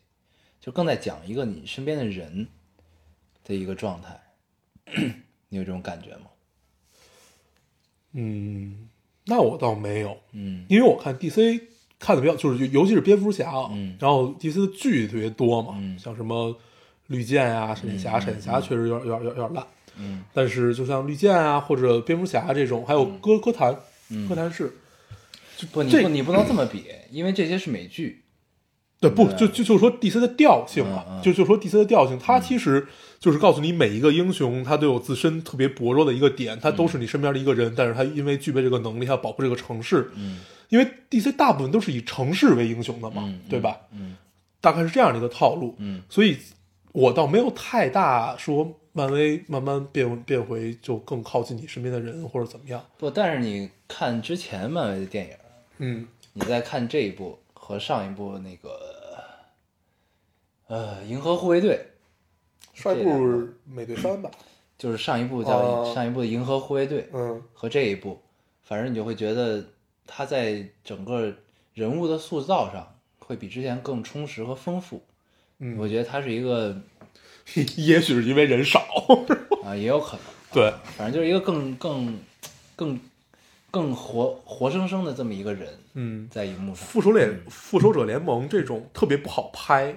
S3: 就更在讲一个你身边的人的一个状态， 你有这种感觉吗？
S2: 嗯，那我倒没有，
S3: 嗯
S2: 因为我看 DC 看的比较，就是尤尤其是蝙蝠侠啊，
S3: 嗯
S2: 然后 DC 的剧特别多嘛，
S3: 嗯
S2: 像什么绿箭啊、闪电侠，闪电侠确实有点有点有点有点烂，
S3: 嗯
S2: 但是就像绿箭啊或者蝙蝠侠这种，还有哥哥谭，
S3: 嗯
S2: 哥谭市，
S3: 不，你
S2: 这
S3: 不你不能这么比，因为这些是美剧。
S2: 对，不
S3: 对
S2: 就就就说 DC 的调性嘛，
S3: 嗯嗯嗯
S2: 就就说 DC 的调性，它其实就是告诉你每一个英雄他都有自身特别薄弱的一个点，他
S3: 嗯
S2: 都是你身边的一个人，但是他因为具备这个能力，他要保护这个城市，
S3: 嗯
S2: 因为 DC 大部分都是以城市为英雄的嘛，
S3: 嗯
S2: 对吧？
S3: 嗯
S2: 大概是这样的一个套路，
S3: 嗯
S2: 所以我倒没有太大说漫威慢慢变变回就更靠近你身边的人或者怎么样，
S3: 不，但是你看之前漫威的电影，
S2: 嗯
S3: 你再看这一部和上一部那个，呃，《银河护卫队》，
S2: 帅
S3: 这两
S2: 布
S3: 个
S2: 美队三吧，
S3: 就是上一部叫、
S2: 哦
S3: 上一部的《银河护卫队》
S2: 嗯
S3: 和这一部，反正你就会觉得他在整个人物的塑造上会比之前更充实和丰富。
S2: 嗯
S3: 我觉得他是一个
S2: 也许是因 为人少，
S3: 啊、也有可能，
S2: 对。
S3: 反正就是一个更更更更活活生生的这么一个人
S2: 嗯，
S3: 在荧幕上。
S2: 复仇联复仇者联盟这种特别不好拍，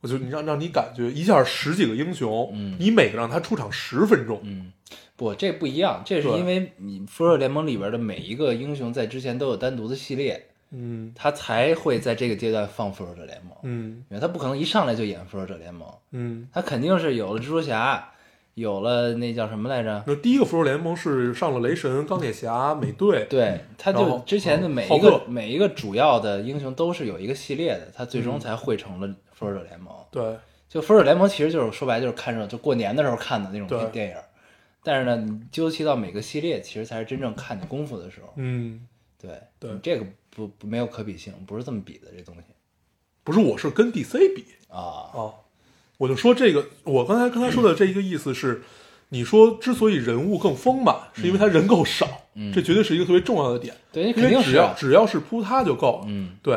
S2: 我就你让让你感觉一下十几个英雄，
S3: 嗯
S2: 你每个让他出场十分钟，
S3: 嗯，不，这不一样，这是
S2: 对
S3: 因为你《复仇者联盟》里边的每一个英雄在之前都有单独的系列，
S2: 嗯
S3: 他才会在这个阶段放《复仇者联盟》
S2: 嗯
S3: 因为他不可能一上来就演《复仇者联盟》，
S2: 嗯。
S3: 他肯定是有了蜘蛛侠，有了那叫什么来着？
S2: 那第一个复仇联盟是上了雷神、钢铁侠、美队，
S3: 对，他
S2: 嗯然
S3: 就
S2: 后
S3: 之前的
S2: 嗯
S3: 每
S2: 浩
S3: 一个
S2: 克
S3: 每一个主要的英雄都是有一个系列的，他最
S2: 嗯
S3: 终才汇成了《复仇者联盟》。
S2: 对
S3: 就《复仇者联盟》其实就是说白了就是看热，就过年的时候看的那种
S2: 对
S3: 电影儿。但是呢，你究其到每个系列，其实才是真正看你功夫的时候。
S2: 嗯，
S3: 对，
S2: 对
S3: 你这个不不没有可比性，不是这么比的这东西
S2: 不是，我是跟 DC 比
S3: 啊。
S2: 啊，我就说这个，我刚才刚才说的这一个意思是，你说之所以人物更丰满，是因为他人够少，
S3: 嗯
S2: 这绝对是一个特别重要的点，
S3: 对，
S2: 因
S3: 肯定
S2: 为只
S3: 是
S2: 要
S3: 啊。
S2: 只要是扑他就够了，
S3: 嗯
S2: 对，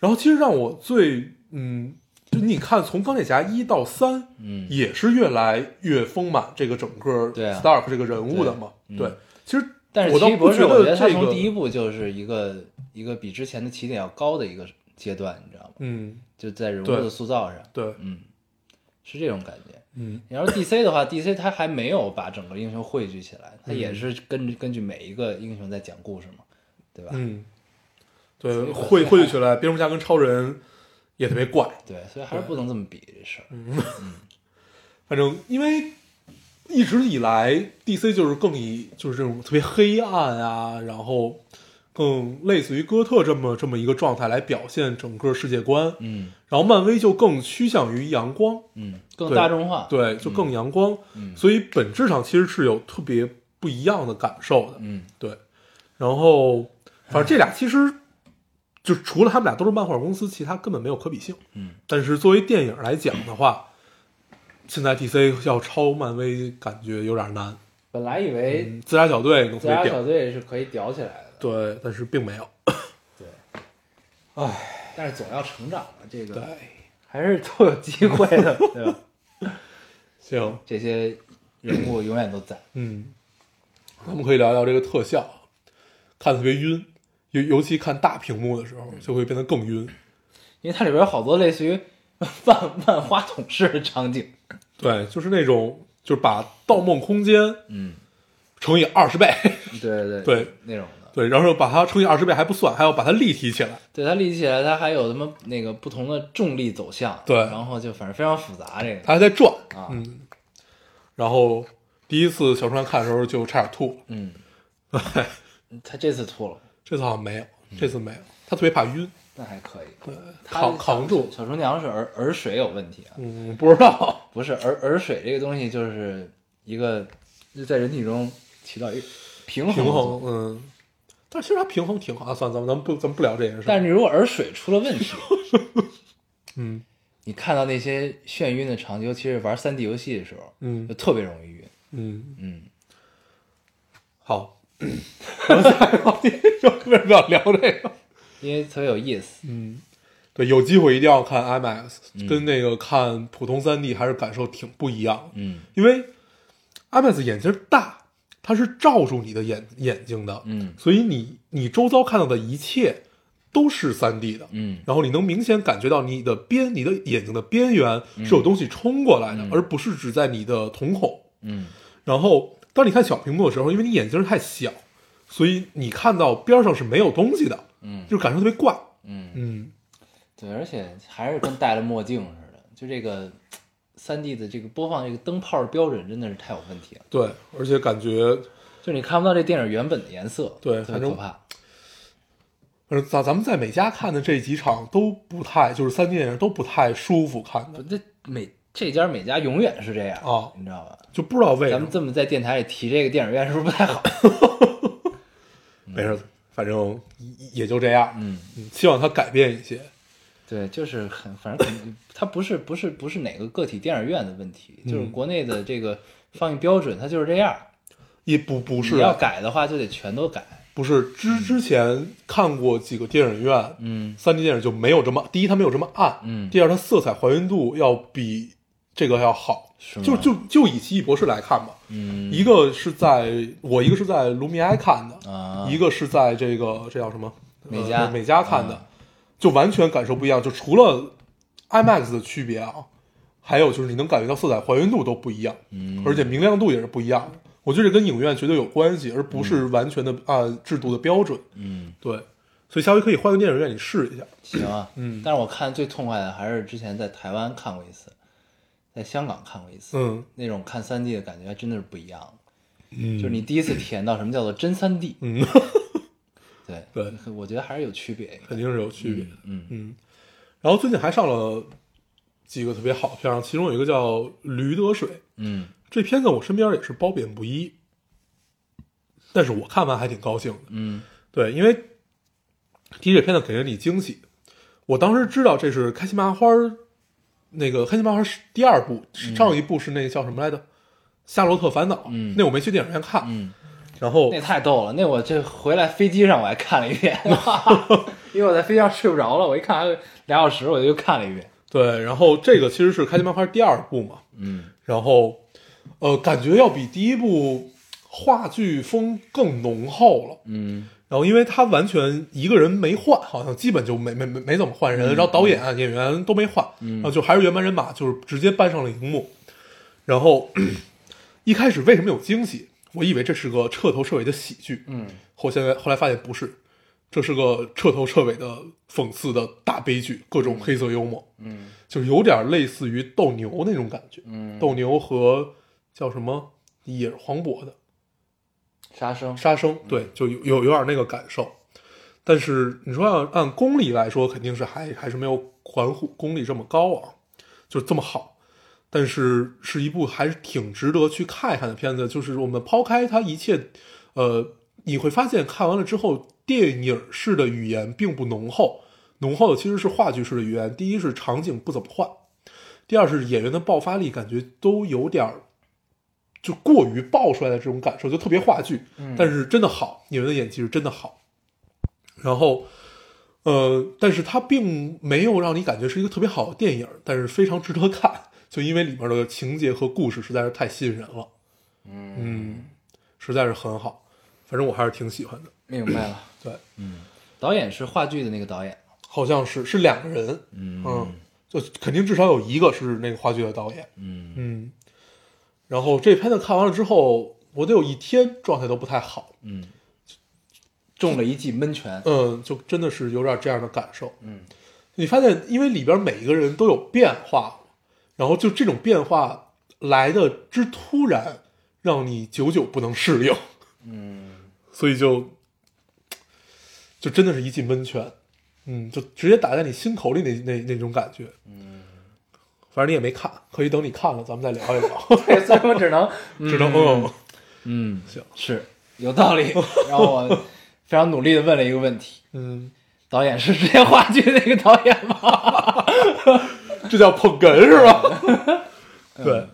S2: 然后其实让我最嗯，就你看从钢铁侠一到三，
S3: 嗯，
S2: 也是越来越丰满这个整个
S3: 对啊
S2: Stark 这个人物的嘛，
S3: 对嗯
S2: 对，其实
S3: 但是
S2: 我倒
S3: 奇异博士，
S2: 不觉
S3: 我
S2: 得
S3: 觉得他
S2: 这
S3: 从
S2: 个
S3: 第一部就是一个一个比之前的起点要高的一个阶段，你知道吗？
S2: 嗯，
S3: 就在人物
S2: 对
S3: 的塑造上，
S2: 对，
S3: 嗯，是这种感觉。
S2: 嗯
S3: 你要是 DC 的话，DC 它还没有把整个英雄汇聚起来，它
S2: 嗯
S3: 也是根根据每一个英雄在讲故事嘛，对吧？
S2: 嗯，
S3: 所
S2: 对，
S3: 以
S2: 汇
S3: 我
S2: 汇聚起来，蝙蝠侠跟超人也特别怪，
S3: 对，所以还是不能这么比这事儿。嗯
S2: 反正因为一直以来 DC 就是更以就是这种特别黑暗啊，然后更类似于哥特这么这么一个状态来表现整个世界观，
S3: 嗯
S2: 然后漫威就更趋向于阳光，
S3: 嗯，更
S2: 对
S3: 大众化。
S2: 对，就更阳光，
S3: 嗯
S2: 所以本质上其实是有特别不一样的感受的，
S3: 嗯
S2: 对。然后，反正这俩其实就除了他们俩都是漫画公司，其他根本没有可比性。
S3: 嗯，
S2: 但是作为电影来讲的话，现在 DC 要超漫威，感觉有点难。
S3: 本来以为
S2: 嗯，自杀小队能
S3: 自
S2: 特
S3: 杀
S2: 别
S3: 小
S2: 屌，
S3: 队是可以屌起来的，
S2: 对，但是并没有。
S3: 但是总要成长的，这
S2: 对，
S3: 个还是都有机会的，对吧？
S2: 行，
S3: 这些人物永远都在。
S2: 嗯，咱们可以聊聊这个特效，看得特别晕，尤尤其看大屏幕的时
S3: 嗯
S2: 候，就会变得更晕。
S3: 因为它里边有好多类似于 万万花筒式的场景。
S2: 对，就是那种就是把《盗梦空间》
S3: 嗯，
S2: 乘以二十倍，
S3: 对对
S2: 对
S3: 那种的。
S2: 对，然后把它乘以二十倍还不算，还要把它立体起来。
S3: 对它立起来，它还有什么那个不同的重力走向，
S2: 对
S3: 然后就反正非常复杂这个，
S2: 它还在转
S3: 啊
S2: 嗯。然后第一次小川看的时候就差点吐了，
S3: 嗯，它这次吐了，
S2: 这次好像没有，这次没有，他特别怕晕，
S3: 那还可以，嗯它
S2: 扛扛住，
S3: 小厨娘是耳耳水有问题啊，
S2: 嗯，不知 道，
S3: 不是耳耳水这个东西就是一个就在人体中起到一个平衡
S2: 平
S3: 作用
S2: 衡，嗯，但是其实他平衡挺好啊，算了，咱们咱们不咱们不聊这件事，
S3: 但是你如果耳水出了问题，
S2: 嗯
S3: 你看到那些眩晕的场景，尤其是玩三 D 游戏的时候，
S2: 嗯
S3: 就特别容易晕。
S2: 嗯，
S3: 嗯，
S2: 好，咱们下一个话题 为什么要聊这个？
S3: 因为特别有意思。
S2: 嗯，对，有机会一定要看 IMAX，、跟
S3: 嗯
S2: 那个看普通 3D 还是感受挺不一样的。
S3: 嗯
S2: 因为 IMAX 眼睛大，它是罩住你的眼眼睛的，
S3: 嗯
S2: 所以你你周遭看到的一切都是 3D 的，
S3: 嗯
S2: 然后你能明显感觉到你的边你的眼睛的边缘
S3: 嗯
S2: 是有东西冲过来的，而不是只在你的瞳孔。
S3: 嗯
S2: 然后当你看小屏幕的时候，因为你眼睛太小，所以你看到边上是没有东西的，
S3: 嗯
S2: 就是感受特别怪。
S3: 嗯，
S2: 嗯，
S3: 对，而且还是跟戴了墨镜似的。就这个三 D 的这个播放这个灯泡的标准真的是太有问题了，
S2: 对，而且感觉，
S3: 就你看不到这电影原本的颜色，
S2: 对
S3: 特
S2: 反
S3: 别
S2: 正
S3: 可怕。
S2: 呃，咱咱们在美家看的这几场都不太，就是三 D 电影都不太舒服看
S3: 不，
S2: 的，
S3: 这每这家每家永远是这样
S2: 哦
S3: 你知道吧？
S2: 就不知道为什
S3: 咱们
S2: 么。
S3: 这么在电台里提这个电影院是不是不太好？
S2: 没事，反正也也就这样。
S3: 嗯，
S2: 嗯，希望它改变一些。
S3: 对，就是很，反正肯定它不是不是不是哪个个体电影院的问题，就是
S2: 嗯
S3: 国内的这个放映标准，它就是这样。
S2: 也不不是
S3: 你要
S2: 啊，
S3: 改的话，就得全都改。
S2: 不是之之前看过几个电影院，
S3: 嗯
S2: 三 D 电影就没有这么，第一它没有这么暗，
S3: 嗯
S2: 第二它色彩还原度要比这个要好
S3: 是。吗
S2: 就就就以《奇异博士》来看嘛，
S3: 嗯
S2: 一个是在我一个是在卢米埃看的，
S3: 啊，
S2: 一个是在这个这叫什么
S3: 美
S2: 呃
S3: 加啊
S2: 美加看的，就完全感受不一样。就除了 IMAX 的区别啊，还有就是你能感觉到色彩还原度都不一样，
S3: 嗯
S2: 而且明亮度也是不一样的。我觉得这跟影院绝对有关系，而不是完全的按制度的标准。
S3: 嗯
S2: 对，所以下回可以换个电影院你试一下。
S3: 行啊，嗯，但是我看最痛快的还是之前在台湾看过一次，在香港看过一次，
S2: 嗯
S3: 那种看三 D 的感觉还真的是不一样，
S2: 嗯
S3: 就是你第一次体验到什么叫做真三 D，
S2: 嗯，
S3: 对
S2: 对，
S3: 我觉得还是有区别，
S2: 肯定是有区别。
S3: 嗯
S2: 嗯，然后最近还上了几个特别好的片儿，其中有一个叫《驴得水》，
S3: 嗯
S2: 这片子我身边也是褒贬不一，但是我看完还挺高兴的。
S3: 嗯
S2: 对，因为第一这片子给了你惊喜，我当时知道这是开心麻花儿那个开心麻花儿是第二部，上一部是那个叫什么来着，《夏洛特烦恼》。
S3: 嗯
S2: 那我没去电影院看，
S3: 嗯，
S2: 然后
S3: 那太逗了，那我这回来飞机上我还看了一 遍，因为我在飞机上睡不着了，我一看还有俩小时，我就又看了一遍，
S2: 对，然后这个其实是开心麻花儿第二部嘛，
S3: 嗯
S2: 然后，呃，感觉要比第一部话剧风更浓厚了。
S3: 嗯
S2: 然后，因为他完全一个人没换，好像基本就没没没没怎么换人，
S3: 嗯
S2: 然后导演、啊演员都没换，然后就还是原班人马，就是直接搬上了荧幕。然后 一开始为什么有惊喜？我以为这是个彻头彻尾的喜剧，
S3: 嗯
S2: 后现在后来发现不是，这是个彻头彻尾的讽刺的大悲剧，各种黑色幽默，
S3: 嗯
S2: 就是有点类似于斗牛那种感觉。
S3: 嗯，
S2: 斗牛和叫什么也是黄渤的
S3: 杀生
S2: 《杀生》，对，就有有有点那个感受。但是你说要按功力来说，肯定是还还是没有《还虎》功力这么高啊，就是这么好。但是是一部还是挺值得去看一看的片子。就是我们抛开它一切，呃，你会发现看完了之后，电影式的语言并不浓厚，浓厚的其实是话剧式的语言。第一是场景不怎么换，第二是演员的爆发力，感觉都有点儿就过于爆出来的这种感受，就特别话剧。
S3: 嗯
S2: 但是真的好，演员的演技是真的好。然后，呃，但是它并没有让你感觉是一个特别好的电影，但是非常值得看，就因为里面的情节和故事实在是太吸引人了。嗯实在是很好，反正我还是挺喜欢的。
S3: 明白了，
S2: 对，
S3: 导演是话剧的那个导演，
S2: 好像是是两个人，
S3: 嗯
S2: 就肯定至少有一个是那个话剧的导演，
S3: 嗯
S2: 嗯。然后这片子看完了之后，我得有一天状态都不太好，
S3: 嗯，中了一记闷拳，
S2: 嗯，就真的是有点这样的感受。
S3: 嗯，
S2: 你发现，因为里边每一个人都有变化，然后就这种变化来的之突然，让你久久不能适应，
S3: 嗯
S2: 所以就就真的是一记闷拳，嗯，就直接打在你心口里那那那种感觉。嗯，反正你也没看，可以等你看了咱们再聊一聊，
S3: 对，所以我只能
S2: 只能嗯，
S3: 嗯，
S2: 行，
S3: 是有道理。然后我非常努力的问了一个问题：
S2: 嗯，
S3: 导演是之前话剧那个导演吗？
S2: 这叫捧哏是吧？对。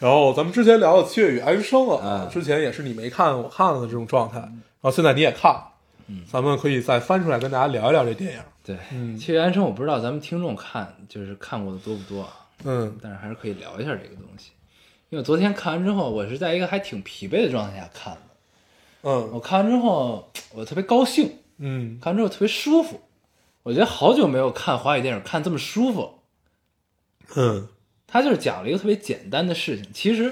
S2: 然后咱们之前聊的《七月与安生》啊，
S3: 嗯
S2: 之前也是你没看我看了的这种状态，然后现在你也看了，
S3: 嗯
S2: 咱们可以再翻出来跟大家聊一聊这电影。
S3: 对，其实安生我不知道咱们听众看就是看过的多不多啊，
S2: 嗯
S3: 但是还是可以聊一下这个东西。因为我昨天看完之后，我是在一个还挺疲惫的状态下看的。我
S2: 嗯
S3: 看完之后，我特别高兴，
S2: 嗯，
S3: 看完之后特别舒服。我觉得好久没有看华语电影看这么舒服。
S2: 嗯
S3: 他就是讲了一个特别简单的事情。其实，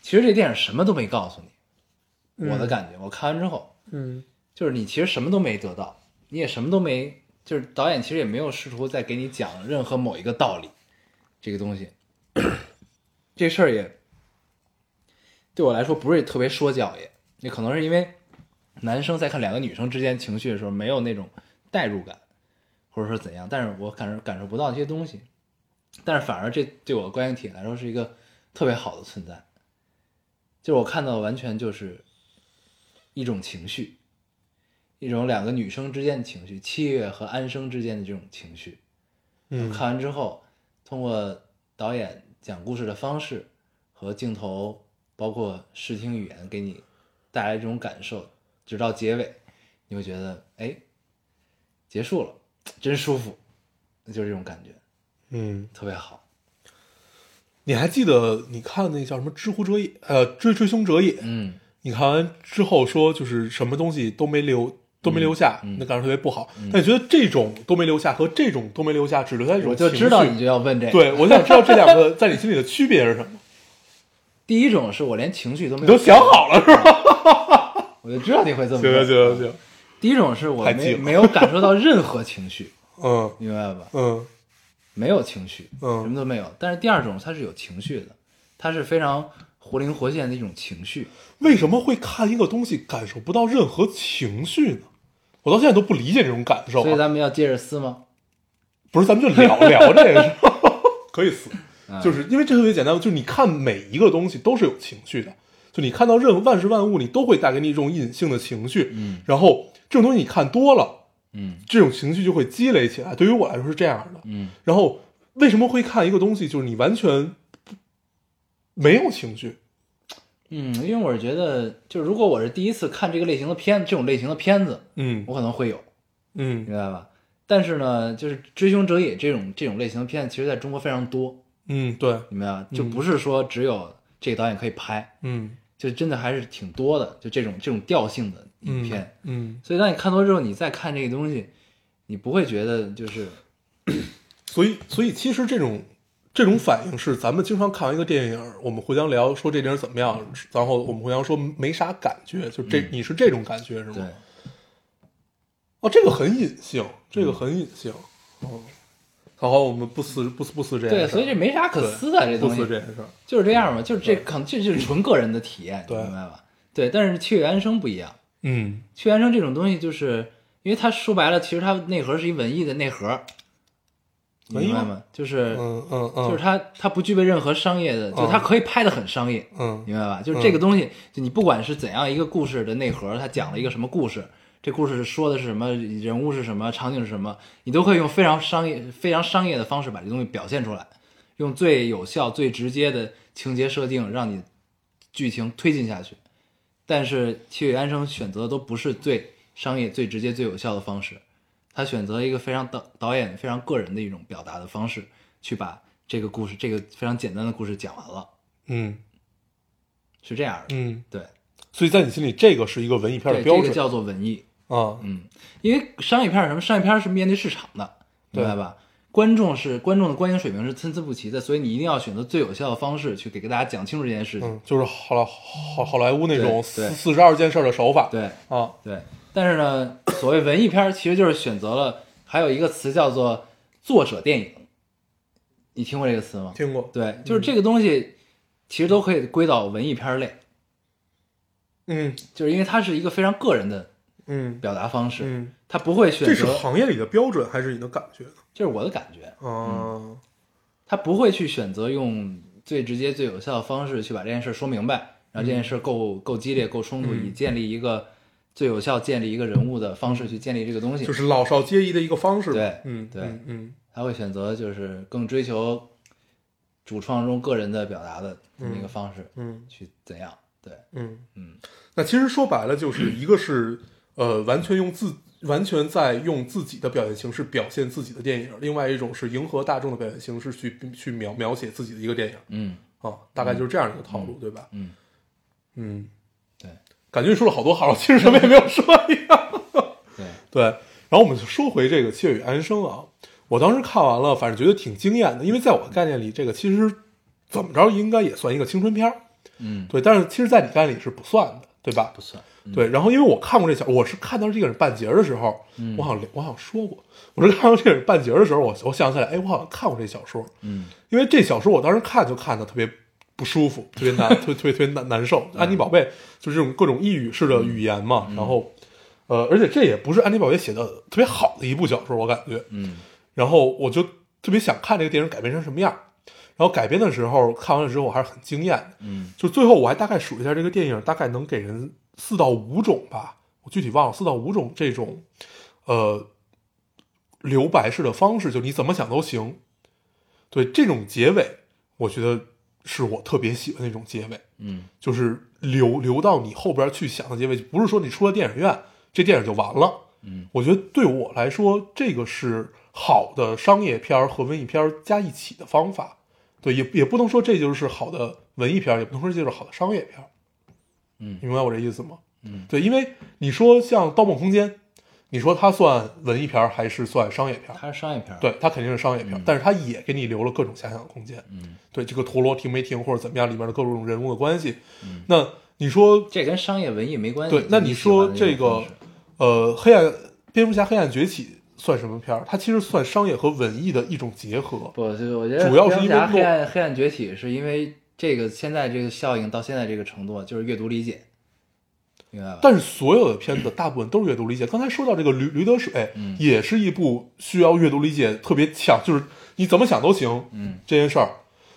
S3: 其实这电影什么都没告诉你。我的感觉，我看完之后，
S2: 嗯
S3: 就是你其实什么都没得到，你也什么都没，就是导演其实也没有试图再给你讲任何某一个道理，这个东西，这事儿也对我来说不是特别说教也，也可能是因为男生在看两个女生之间情绪的时候没有那种代入感，或者说怎样，但是我感受感受不到这些东西，但是反而这对我的观影体验来说是一个特别好的存在，就是我看到的完全就是一种情绪，一种两个女生之间的情绪，七月和安生之间的这种情绪。
S2: 嗯
S3: 看完之后，通过导演讲故事的方式和镜头，包括视听语言，给你带来这种感受，直到结尾，你会觉得哎，结束了，真舒服，就是这种感觉，
S2: 嗯，
S3: 特别好。
S2: 你还记得你看那叫什么《知乎者也》呃，《追追凶者也》
S3: 嗯
S2: 你看完之后说就是什么东西都没留都没留下，
S3: 嗯
S2: 那感受特别不好。但你觉得这种都没留下和这种都没留下只留下一种
S3: 我就
S2: 情
S3: 知道
S2: 绪
S3: 你就要问这个。，
S2: 对我想知道这两个在你心里的区别是什么？
S3: 第一种是我连情绪都没
S2: 你
S3: 有，
S2: 都想好了是吧？
S3: 我就知道你会这么
S2: 行啊行
S3: 问。
S2: 行行，
S3: 第一种是我
S2: 太
S3: 没
S2: 近了
S3: 没有感受到任何情绪，
S2: 嗯
S3: 明白吧？
S2: 嗯
S3: 没有情绪，
S2: 嗯
S3: 什么都没有。但是第二种它是有情绪的，它是非常活灵活现的一种情绪。
S2: 为什么会看一个东西感受不到任何情绪呢？我到现在都不理解这种感受、
S3: 所以
S2: 啊。
S3: 咱们要接着撕吗？
S2: 不是，咱们就聊聊这个事 儿，可以撕，
S3: 啊
S2: 就是因为这特别简单，就是你看每一个东西都是有情绪的，就你看到任何万事万物，你都会带给你一种隐性的情绪，
S3: 嗯
S2: 然后这种东西你看多了，
S3: 嗯
S2: 这种情绪就会积累起来。对于我来说是这样的，
S3: 嗯
S2: 然后为什么会看一个东西，就是你完全不没有情绪？
S3: 嗯，因为我是觉得，就是如果我是第一次看这个类型的片，这种类型的片子，
S2: 嗯
S3: 我可能会有，
S2: 嗯
S3: 明白吧？但是呢，就是《追凶者也》这种这种类型的片子，其实在中国非常多，
S2: 嗯，对，
S3: 明白吧？就不是说只有这个导演可以拍，
S2: 嗯
S3: 就真的还是挺多的，就这种这种调性的影
S2: 嗯
S3: 片。
S2: 嗯，
S3: 所以当你看多之后，你再看这个东西，你不会觉得就是
S2: 所以所以其实这种这种反应是咱们经常看完一个电影，我们互相聊说这电影怎么样，然后我们互相说没啥感觉，就这、你是这种感觉是
S3: 嗯
S2: 吗？
S3: 对，
S2: 哦，这个很隐性，这
S3: 嗯
S2: 个很隐性。哦，好好，我们不撕不撕不撕这件
S3: 对，
S2: 事儿
S3: 所以这没啥可
S2: 对
S3: 撕的，这
S2: 不
S3: 东西
S2: 撕这件事儿。
S3: 就是这样嘛，就是这可能这就是纯个人的体验，你
S2: 对
S3: 明白吧？对，但是《七月安生》不一样，
S2: 嗯
S3: 《七月安生》这种东西，就是因为它说白了，其实它内核是一文艺的内核，你
S2: 文艺
S3: 明
S2: 吗
S3: 白吗？就是、
S2: 嗯嗯嗯，
S3: 就是它它不具备任何商业的，就它可以拍的很商业，
S2: 嗯
S3: 明白吧？就是这个东西，就你不管是怎样一个故事的内核，它讲了一个什么故事，这故事是说的是什么，人物是什么，场景是什么，你都可以用非常商业、非常商业的方式把这东西表现出来，用最有效、最直接的情节设定让你剧情推进下去。但是《七月安生》选择的都不是最商业、最直接、最有效的方式，他选择了一个非常导导演非常个人的一种表达的方式，去把这个故事这个非常简单的故事讲完了，
S2: 嗯
S3: 是这样的。
S2: 嗯，
S3: 对，
S2: 所以在你心里，这个是一个文艺片的
S3: 对，
S2: 标
S3: 这
S2: 准
S3: 个叫嗯做文艺，
S2: 啊。
S3: 因为商业片是什么？商业片是面对市场的，明白吧？观众是观众的观影水平是参差不齐的，所以你一定要选择最有效的方式去给大家讲清楚这件事情。
S2: 嗯，就是好莱好好莱坞那种
S3: 对
S2: 四
S3: 对
S2: 四十二件事儿的手法。
S3: 对
S2: 啊，
S3: 对，但是呢，所谓文艺片儿其实就是选择了，还有一个词叫做作者电影，你听过这个词吗？
S2: 听过。
S3: 对，就是这个东西其实都可以归到文艺片儿类，
S2: 嗯
S3: 就是因为它是一个非常个人的
S2: 嗯
S3: 表达方式，
S2: 嗯，
S3: 它不会选
S2: 这是
S3: 择，
S2: 行业里的标准还是你的感觉呢？
S3: 这是我的感觉，嗯
S2: 啊，
S3: 他不会去选择用最直接、最有效的方式去把这件事说明白，然后这
S2: 嗯
S3: 件事够够激烈、够冲突，以建立一个最有效建立一个人物的方式去建立这个东西。
S2: 就是老少皆宜的一个方式吧。
S3: 对
S2: 嗯，
S3: 对
S2: 嗯嗯
S3: 他会选择就是更追求主创中个人的表达的这么一个方式
S2: 嗯
S3: 去怎样？对，
S2: 嗯
S3: 嗯。
S2: 那其实说白了，就是一个是呃，完全用自完全在用自己的表现形式表现自己的电影；，另外一种是迎合大众的表现形式去去描描写自己的一个电影
S3: 嗯
S2: 啊，大概就是这样一个套路，对吧？
S3: 嗯，
S2: 嗯，
S3: 对
S2: 感觉你说了好多好，其实什么也没有说一样。
S3: 对，
S2: 对，然后我们就说回这个《窃与安生》啊，我当时看完了，反正觉得挺惊艳的，因为在我概念里，这个其实怎么着应该也算一个青春片儿，
S3: 嗯，
S2: 对，但是其实，在你概念里是不算的，对吧
S3: 不？算，嗯
S2: 对，然后因为我看过这小，我是看到这个人半截儿的时候，
S3: 嗯
S2: 我好像我好像说过，我是看到这个人半截儿的时候，我我想起来，哎，我好像看过这小说，
S3: 嗯
S2: 因为这小说我当时看就看的特别不舒服，特别难，特别特别特别难难受。
S3: 嗯
S2: 安妮宝贝就是这种各种抑郁式的语言嘛，然后，呃，而且这也不是安妮宝贝写的特别好的一部小说，我感觉。
S3: 嗯
S2: 然后我就特别想看这个电影改编成什么样。然后改编的时候，看完了之后我还是很惊艳的。
S3: 嗯
S2: 就最后我还大概数了一下，这个电影大概能给人四到五种吧，我具体忘了四到五种这种，呃，留白式的方式，就你怎么想都行。对这种结尾，我觉得是我特别喜欢的一种结尾，
S3: 嗯
S2: 就是留留到你后边去想的结尾，不是说你出了电影院，这电影就完了。
S3: 嗯，
S2: 我觉得对我来说，这个是好的商业片儿和文艺片儿加一起的方法。对，也也不能说这就是好的文艺片儿，也不能说这就是好的商业片儿。
S3: 嗯
S2: 你明白我这意思吗？
S3: 嗯，
S2: 对，因为你说像《盗梦空间》，你说它算文艺片儿还是算商业片儿？
S3: 它是商业片儿，
S2: 对，它肯定是商业片儿，但是它也给你留了各种遐想的空间。
S3: 嗯，
S2: 对，这个陀螺停没停或者怎么样，里面的各种人物的关系。
S3: 嗯
S2: 那你说，
S3: 这跟商业文艺没关系。
S2: 对，那你
S3: 喜欢
S2: 说
S3: 的
S2: 这
S3: 种
S2: 个
S3: 方式，
S2: 呃，黑暗蝙蝠侠黑暗崛起算什么片儿？它其实算商业和文艺的一种结合。
S3: 不，就是我觉得
S2: 主要是因为
S3: 蝙蝠侠
S2: 诺
S3: 黑暗黑暗崛起是因为这个现在这个效应到现在这个程度，啊就是阅读理解，明白吧？
S2: 但是所有的片子大部分都是阅读理解。刚才说到这个《驴驴得水》
S3: 嗯
S2: 也是一部需要阅读理解特别强，就是你怎么想都行
S3: 嗯
S2: 这件事儿。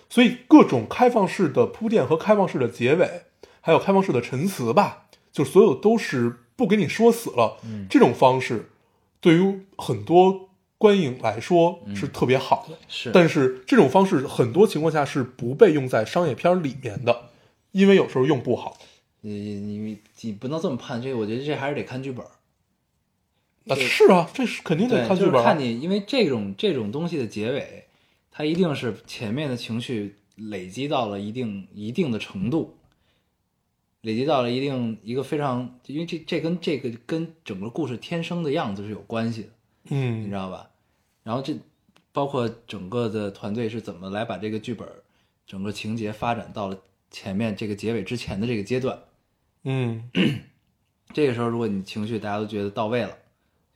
S2: 所以各种开放式的铺垫和开放式的结尾，还有开放式的陈词吧，就所有都是不给你说死了。
S3: 嗯，
S2: 这种方式对于很多观影来说是特别好的。
S3: 嗯是，
S2: 但是这种方式很多情况下是不被用在商业片儿里面的，因为有时候用不好。
S3: 你你你你不能这么判，这我觉得这还是得看剧本儿。
S2: 那
S3: 对
S2: 是啊，这是肯定得
S3: 对，
S2: 看
S3: 就
S2: 剧
S3: 是
S2: 本、啊。
S3: 看你，因为这种这种东西的结尾，它一定是前面的情绪累积到了一定一定的程度，累积到了一定一个非常，因为这这跟这个跟整个故事天生的样子是有关系的，你
S2: 嗯
S3: 知，道吧？然后这包括整个的团队是怎么来把这个剧本儿整个情节发展到了前面这个结尾之前的这个阶段，
S2: 嗯，
S3: 这个时候，如果你情绪大家都觉得到位了，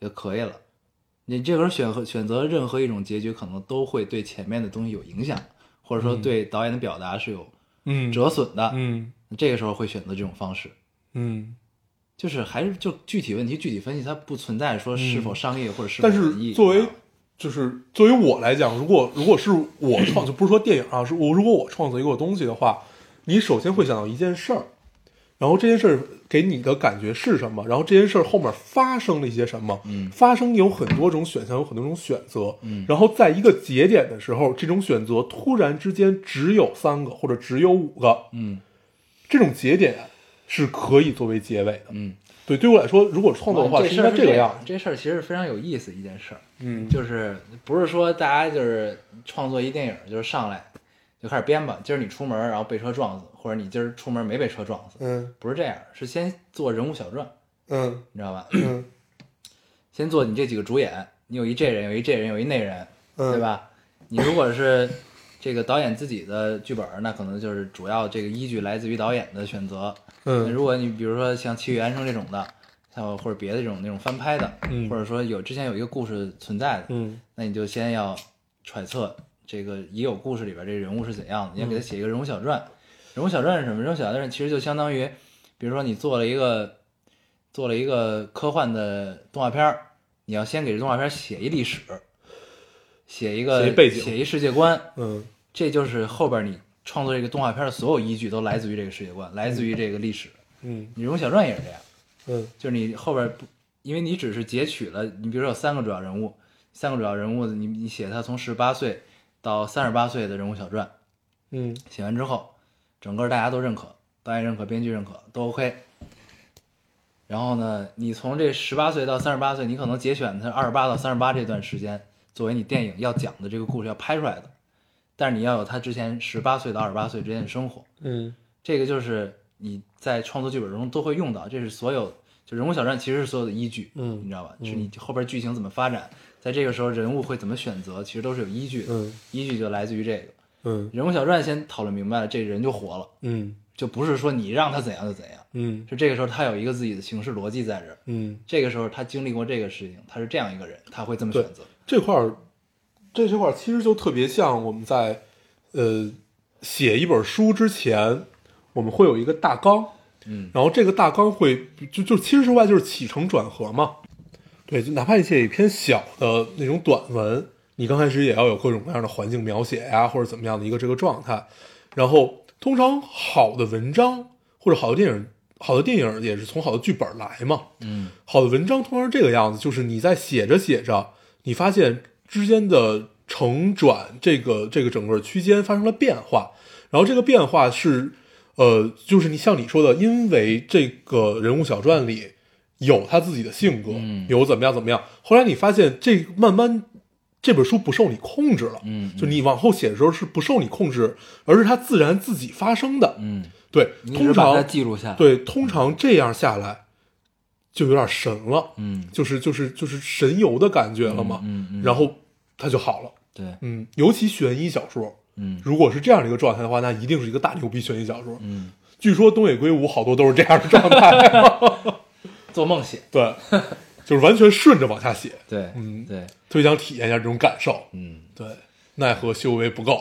S3: 觉得可以了，你这个时候选和选择任何一种结局，可能都会对前面的东西有影响，或者说对导演的表达是有
S2: 嗯，
S3: 折损的。
S2: 嗯
S3: 这个时候会选择这种方式，
S2: 嗯，
S3: 就是还是就具体问题具体分析，它不存在说是否商业或者是否
S2: 嗯但
S3: 文艺
S2: 是作为
S3: 啊
S2: 就是作为我来讲，如果如果是我创，就不是说电影啊，是我如果我创作一个东西的话，你首先会想到一件事儿，然后这件事儿给你的感觉是什么，然后这件事儿后面发生了一些什么，
S3: 嗯
S2: 发生有很多种选项，有很多种选择，
S3: 嗯
S2: 然后在一个节点的时候，这种选择突然之间只有三个或者只有五个，
S3: 嗯
S2: 这种节点是可以作为结尾的。
S3: 嗯，
S2: 对，对我来说，如果创作的话，
S3: 这
S2: 是
S3: 事
S2: 应
S3: 儿
S2: 该
S3: 是
S2: 这个样
S3: 样
S2: 子，。
S3: 这事儿其实非常有意思一件事儿，
S2: 嗯，
S3: 就是不是说大家就是创作一电影就是上来就开始编吧，今儿你出门然后被车撞死，或者你今儿出门没被车撞死，
S2: 嗯
S3: 不是这样，是先做人物小传，
S2: 嗯
S3: 你知道吧？
S2: 嗯
S3: 先做你这几个主演，你有一这人，有一这人，有一那人，
S2: 嗯
S3: 对吧？你如果是这个导演自己的剧本，那可能就是主要这个依据来自于导演的选择。那
S2: 嗯
S3: 如果你比如说像《七月安生》这种的，像或者别的这种那种翻拍的，
S2: 嗯
S3: 或者说有之前有一个故事存在的，
S2: 嗯
S3: 那你就先要揣测这个已有故事里边这人物是怎样的，你要给他写一个人物小传。人物小传是什么？人物小传其实就相当于，比如说你做了一个做了一个科幻的动画片儿，你要先给这动画片儿写一历史，写一个
S2: 写一背景
S3: 写一世界观，
S2: 嗯
S3: 这就是后边你创作这个动画片儿的所有依据都来自于这个世界观，来自于这个历史。
S2: 嗯
S3: 你人物小传也是这样，
S2: 嗯
S3: 就是你后边不，因为你只是截取了，你比如说有三个主要人物，三个主要人物，你你写他从十八岁到三十八岁的人物小传，
S2: 嗯
S3: 写完之后，整个大家都认可，导演认可，编剧认可，都 OK。然后呢，你从这十八岁到三十八岁，你可能节选他二十八到三十八这段时间，作为你电影要讲的这个故事要拍出来的，但是你要有他之前十八岁到二十八岁之间的生活，
S2: 嗯
S3: 这个就是你在创作剧本中都会用到，这是所有就人物小传其实是所有的依据，
S2: 嗯
S3: 你知道吧？就是你后边剧情怎么发展，在这个时候人物会怎么选择，其实都是有依据的，
S2: 嗯
S3: 依据就来自于这个
S2: 嗯
S3: 人物小传先讨论明白了，这人就活了，
S2: 嗯
S3: 就不是说你让他怎样就怎样，
S2: 嗯
S3: 是这个时候他有一个自己的形式逻辑在这儿，
S2: 嗯，
S3: 这个时候他经历过这个事情，他是这样一个人，他会这么
S2: 对
S3: 选择，
S2: 这块儿这这块儿其实就特别像我们在呃写一本书之前，我们会有一个大纲，
S3: 嗯
S2: 然后这个大纲会就就其实说白了就是起承转合嘛。对，就哪怕你写一篇小的那种短文，你刚开始也要有各种各样的环境描写呀、或者怎么样的一个这个状态。然后，通常好的文章或者好的电影，好的电影也是从好的剧本来嘛。
S3: 嗯
S2: 好的文章通常是这个样子，就是你在写着写着，你发现之间的承转这个这个整个区间发生了变化，然后这个变化是，呃，就是你像你说的，因为这个人物小传里有他自己的性格，
S3: 嗯
S2: 有怎么样怎么样，后来你发现这慢慢这本书不受你控制了，
S3: 嗯，
S2: 就你往后写的时候是不受你控制，而是它自然自己发生的。
S3: 嗯，
S2: 对，
S3: 你只
S2: 通
S3: 是把它
S2: 常
S3: 记录下来，，
S2: 对通常这样下来就有点神了，
S3: 嗯，
S2: 就是就是就是神游的感觉了嘛。
S3: 嗯嗯嗯
S2: 然后它就好了。
S3: 对，
S2: 嗯，尤其悬疑小说，
S3: 嗯
S2: 如果是这样的一个状态的话，那一定是一个大牛逼悬疑小说。
S3: 嗯，
S2: 据说东野圭吾好多都是这样的状态，
S3: 做梦写，
S2: 对，就是完全顺着往下写，
S3: 对，
S2: 嗯
S3: 对，
S2: 特别想体验一下这种感受。
S3: 嗯，
S2: 对，奈何修为 不够。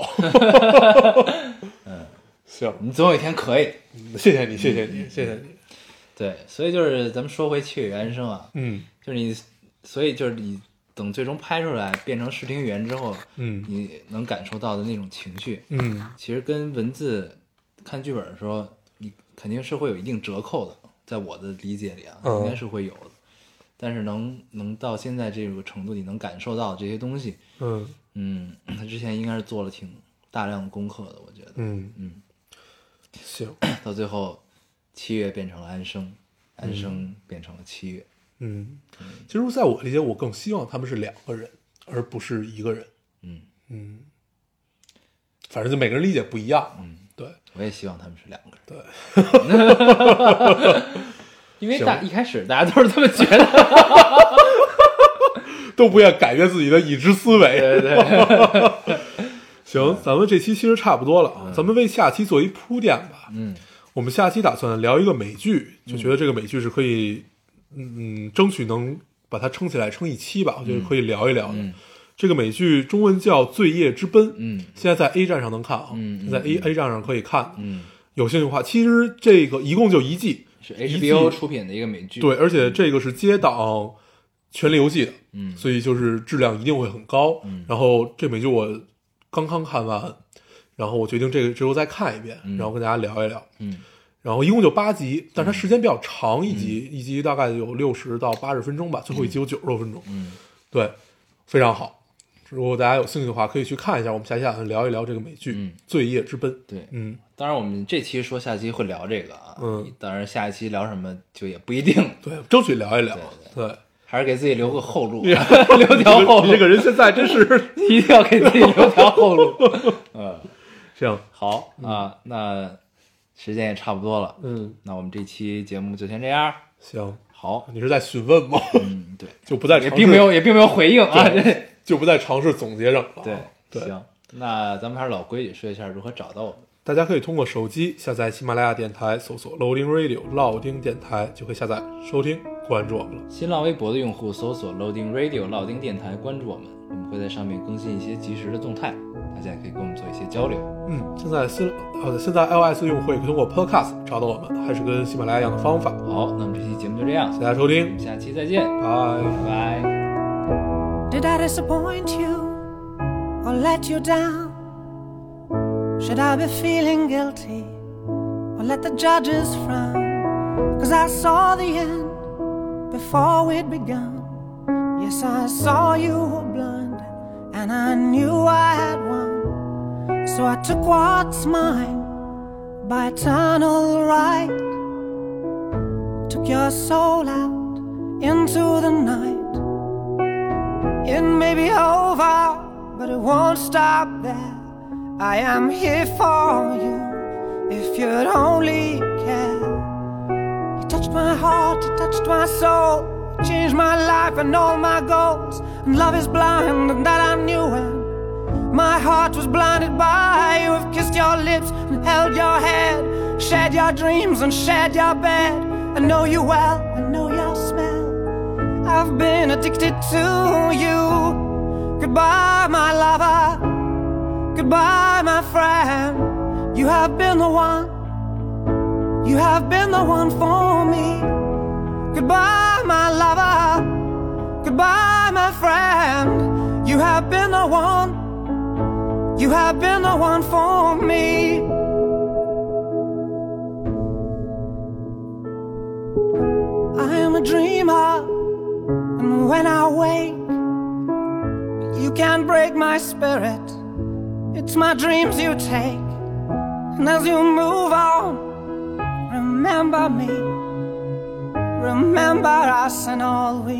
S3: 嗯
S2: 行，
S3: 你总有一天可以，
S2: 谢谢你，谢谢你，谢谢你。
S3: 对，所以就是咱们说回《七月与安生》啊，
S2: 嗯
S3: 就是你，所以就是你等最终拍出来变成视听语言之后，
S2: 嗯
S3: 你能感受到的那种情绪，
S2: 嗯，
S3: 其实跟文字看剧本的时候，你肯定是会有一定折扣的，在我的理解里啊，
S2: 嗯
S3: 应该是会有的。但是能能到现在这个程度，你能感受到这些东西，
S2: 嗯
S3: 嗯，他之前应该是做了挺大量的功课的，我觉得。
S2: 嗯
S3: 嗯，
S2: 行，
S3: 到最后，七月变成了安生，安生变成了七月。
S2: 嗯，其实在我理解，我更希望他们是两个人，而不是一个人。
S3: 嗯
S2: 嗯，反正就每个人理解不一样。嗯，对，
S3: 我也希望他们是两个人。
S2: 对，
S3: 因为大一开始大家都是这么觉得。
S2: 都不愿改变自己的已知思维。
S3: 对对对，
S2: 行，咱们这期其实差不多了啊，咱们为下期做一铺垫吧。
S3: 嗯，
S2: 我们下期打算聊一个美剧，就觉得这个美剧是可以，嗯，嗯争取能把它撑起来，撑一期吧，我觉得可以聊一聊的。
S3: 嗯
S2: 这个美剧中文叫《罪业之奔》，
S3: 嗯
S2: 现在在 A 站上能看啊，
S3: 嗯嗯
S2: 在 A A 站上可以看。啊
S3: 嗯，
S2: 有兴趣的话，其实这个一共就一季，
S3: 是
S2: 一季
S3: HBO 出品的一个美剧。
S2: 对，，而且这个是接档《权力游戏》的，
S3: 嗯
S2: 所以就是质量一定会很高。
S3: 嗯
S2: 然后这美剧我刚刚看完，然后我决定这个这周再看一遍，
S3: 嗯
S2: 然后跟大家聊一聊。
S3: 嗯
S2: 然后一共就八集，但是它时间比较长，一
S3: 嗯
S2: 集、一集大概有六十到八十分钟吧，最后一集有九十多分钟，
S3: 嗯，
S2: 对，非常好。如果大家有兴趣的话，可以去看一下。我们下期打算聊一聊这个美剧《
S3: 嗯
S2: 罪业之奔》。
S3: 对。
S2: 嗯，
S3: 当然，我们这期说下期会聊这个啊。
S2: 嗯，
S3: 当然下一期聊什么就也不一定，
S2: 对，争取聊一聊。对，
S3: 还是给自己留个后路，
S2: 你
S3: 留条后
S2: 你
S3: 路
S2: 这，个人现在真 是
S3: 一定要给自己留条后 路。嗯，
S2: 行。
S3: 好啊，那时间也差不多了，
S2: 嗯，
S3: 那我们这期节目就先这样。
S2: 行，
S3: 好，
S2: 你是在询问吗？
S3: 嗯，对，
S2: 就不再
S3: 也
S2: 尝试
S3: 并没有也并没有回应啊，
S2: 对
S3: 这
S2: 就不再尝试总结整了。
S3: 对
S2: 对，
S3: 行，那咱们还是老规矩，说一下如何找到我们。
S2: 大家可以通过手机下载喜马拉雅电台，搜索 Loading Radio 老丁电台，就可以下载收听，关注我们了。
S3: 新浪微博的用户搜索 Loading Radio 老丁电台，关注我们，我们会在上面更新一些及时的动态，大家也可以跟我们做一些交流。
S2: 嗯，现在新呃，现在 iOS 用户也可以通过 Podcast 找到我们，还是跟喜马拉雅一样的方法。
S3: 好，那么这期节目就这样
S2: 谢谢，大家收
S3: 我
S2: 听
S3: 们，下期再见，
S2: 拜。
S3: 拜拜。
S4: Did I disappoint you or let you down? Should I be feeling guilty or let the judges frown? Cause I saw the end before we'd begun. Yes, I saw you were blind and I knew I had won. So I took what's mine by eternal right. Took your soul out into the night. It may be over, but it won't stop there. I am here for you if you'd only care. You touched my heart, you touched my soul, you changed my life and all my goals. And love is blind, and that I knew it. My heart was blinded by you. Have kissed your lips and held your head, shared your dreams and shared your bed. I know you well, I know your smell. I've been addicted to you. Goodbye, my lover. Goodbye, my friend. You have been the one. You have been the one for me. Goodbye, my lover. Goodbye, my friend. You have been the one. You have been the one for me. I am a dreamer. And when I wake, you can't break my spirit. It's my dreams you take. And as you move on, remember me. Remember us and all we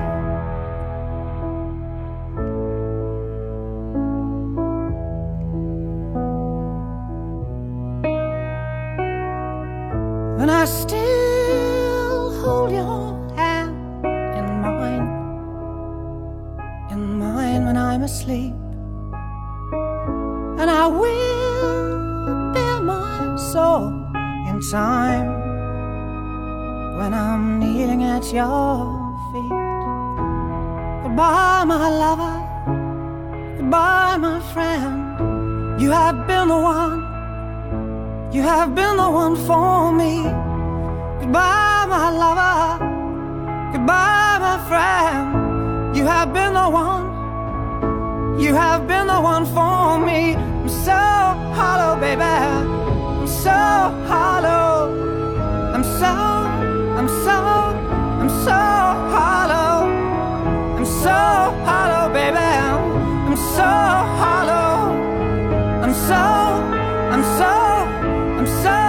S4: And I still hold your hand in mine in mine when I'm asleep. And I will bear my soul in time when I'm kneeling at your feet. Goodbye, my lover. Goodbye, my friend. You have been the one. You have been the one for me. Goodbye, my lover. Goodbye, my friend. You have been the one. You have been the one for me. I'm so hollow, baby. I'm so hollow. I'm so, I'm so, I'm so hollow. I'm so hollow, baby. I'm so hollow. I'm so, I'm so, I'm so